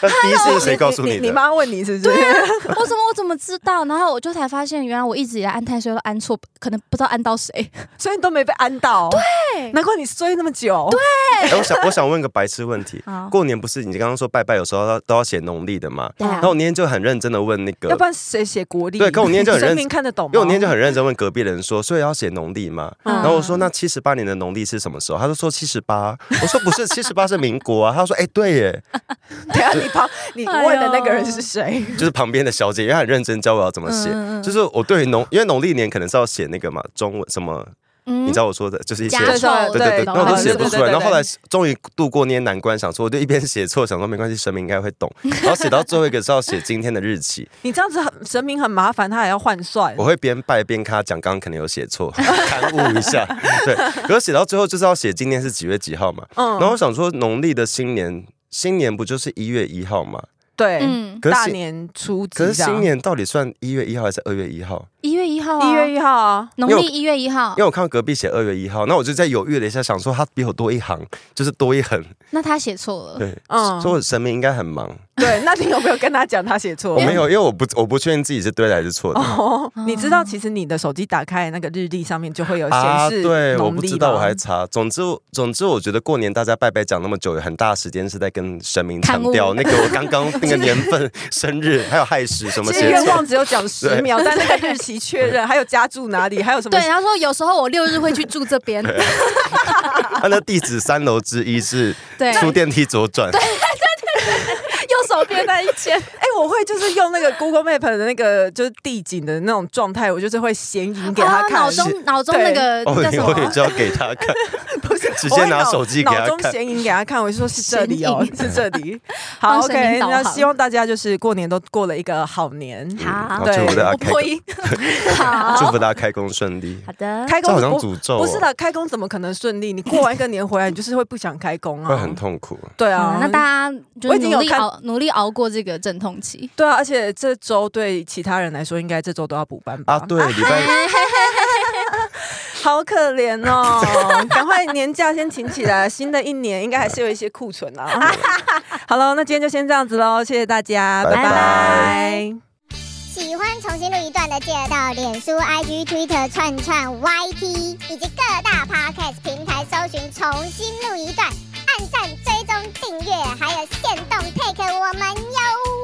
C: 那第一次是谁告诉你
A: 你
C: 的？
A: 妈问你是不是？
B: [laughs] 啊我怎么我怎么知道？然后我就才发现，原来我一直以来安太岁都安错，可能不知道安
A: [laughs]
B: 到谁。
A: 所以你都没被安到，对，难怪你追那么久，对，
C: 哎，我想我想问个白痴问题
B: [laughs] 好。
C: 过年不是你刚刚说拜拜有时候要都要写农历的嘛？
B: 对啊
C: 然后我那天就很认真的问那
A: 要
C: 个
A: 不，然谁写国历？
C: 对可我那天就很认
A: 神明看得懂吗，
C: 因为我那天就很认真问隔壁的人说，所以要写农历吗？
B: 嗯
C: 然后我说那七十八年的农历是什么时候？他就说七十八。我说不是七十八是民国啊。他说哎对耶，
A: [laughs] 等一下啊你旁你
B: 哎
A: 问的那个人是谁？
C: 就是旁边的小姐，因为她很认真教我要怎么写。
B: 嗯嗯嗯
C: 就是我对于农，因为农历年可能是要写那个嘛，中文什么，
B: 嗯
C: 你知道我说的，就是一些
B: 加
A: 对
B: 丑
C: 对
B: 对
C: 对对，
B: 懂
C: 然后我
B: 了
C: 就写不
A: 对
C: 出
A: 对
C: 来。然后后来
A: 对
C: 终于度过那些难关，想说我就一边写错，想说没关系，神明应该会
A: [laughs]
C: 懂。然后写到最后一个是要写今天的日期，
A: 你这样子很神明很麻烦，他还要换算
C: 我，会边拜边跟他讲，刚刚可能有写错， [laughs] 刊物一下。对，可是写到最后就是要写今天是几月几号嘛。
A: 嗯
C: 然后我想说农历的新年，新年不就是一月一号嘛？
A: 对，
B: 嗯，
C: 可是
A: 大
C: 新
A: 年初几
C: 可
A: 这
C: 是
A: 样，
C: 新年到底算一月一号还是二月一号？
B: 一月一号啊，
A: 一月一号啊，
B: 农
C: 因为
B: 历一月一号
C: 因为，我看到隔壁写二月一号，那我就在犹豫了一下，想说他比我多一行，就是多一横，
B: 那他写错了。
C: 对，
A: 嗯
C: 所以我神明应该很忙。
B: 啊
A: 对，那你有没有跟他讲他写错
C: 我
A: 了？
C: 没有，因为我不我不确定自己是对的还是错的。
A: 哦，你知道其实你的手机打开那个日历上面就会有
C: 啊，
A: 显示
C: 对，我
A: 农
C: 不
A: 历
C: 知道，
A: 吗
C: 我还查。总之，总之，我觉得过年大家拜拜讲那么久，有很大时间是在跟神明强调那
B: 看
C: 个我刚刚那个年
A: [laughs]
C: 份、生日，还有亥时什么
A: 其
C: 节
A: 实愿
C: 气。
A: 望只有讲十秒，但那
C: [laughs]
A: 个日期确认，还有家住哪里，还有什么
B: 对，他说有时候我六日会去住这边，
C: 他的地址三楼之一是
B: 对，
C: 出电梯左转，
B: 右手边那一
A: [laughs]
B: 间，
A: 哎、我会就是用那个 Google Map 的那个就是地景的那种状态，我就是会显影给他
B: 啊
A: 看，
B: 脑中脑中那个
C: 哦，
B: 叫
C: 你
B: 什
C: 我也
B: 么？
C: 就要给他看，
A: [laughs] 不是
C: 直接
A: 我会
C: 拿
A: 脑
C: 手机给他
A: 脑中
C: 看
A: 显影给他看，我就说是这里哦
B: 显，
A: 是这里。 [laughs] 好
B: 帮神明
A: ，OK，
B: 导
A: 那
B: 航
A: 希望大家就是过年都过了一个好年，
C: 然
B: 好
C: 后，祝福大
B: 我
C: 家开
B: 破音，
C: 祝
B: 啊好
A: 啊
C: 福大家开工顺利。
B: 好的，
A: 开
C: 这
A: 工
C: 好像
A: 不
C: 诅咒、哦，
A: 不是的，开工怎么可能顺利？你过完一个年回来，你就是会不想开工啊，
C: 会很痛苦。
A: 对
B: 好
A: 啊
B: 嗯了，那大家就
A: 我
B: 是
A: 已经
B: 努
A: 有
B: 力
A: 看
B: 熬，努力熬过这个阵痛期。
A: 对啊，而且这周对其他人来说，应该这周都要补班吧？
C: 啊，对，礼
A: 哎
C: 拜
A: 好可怜哦！赶快年假先请起来，新的一年应该还是有一些库存
C: [laughs]
A: 啊。好喽，那今天就先这样子喽，谢谢大家，
C: 拜
A: 拜
C: 拜
D: 喜欢重新录一段的，记得到脸书、IG、Twitter、串串、YT 以及各大 Podcast 平台搜寻“重新录一段”，按赞、追踪、订阅，还有限动 take 我们哟。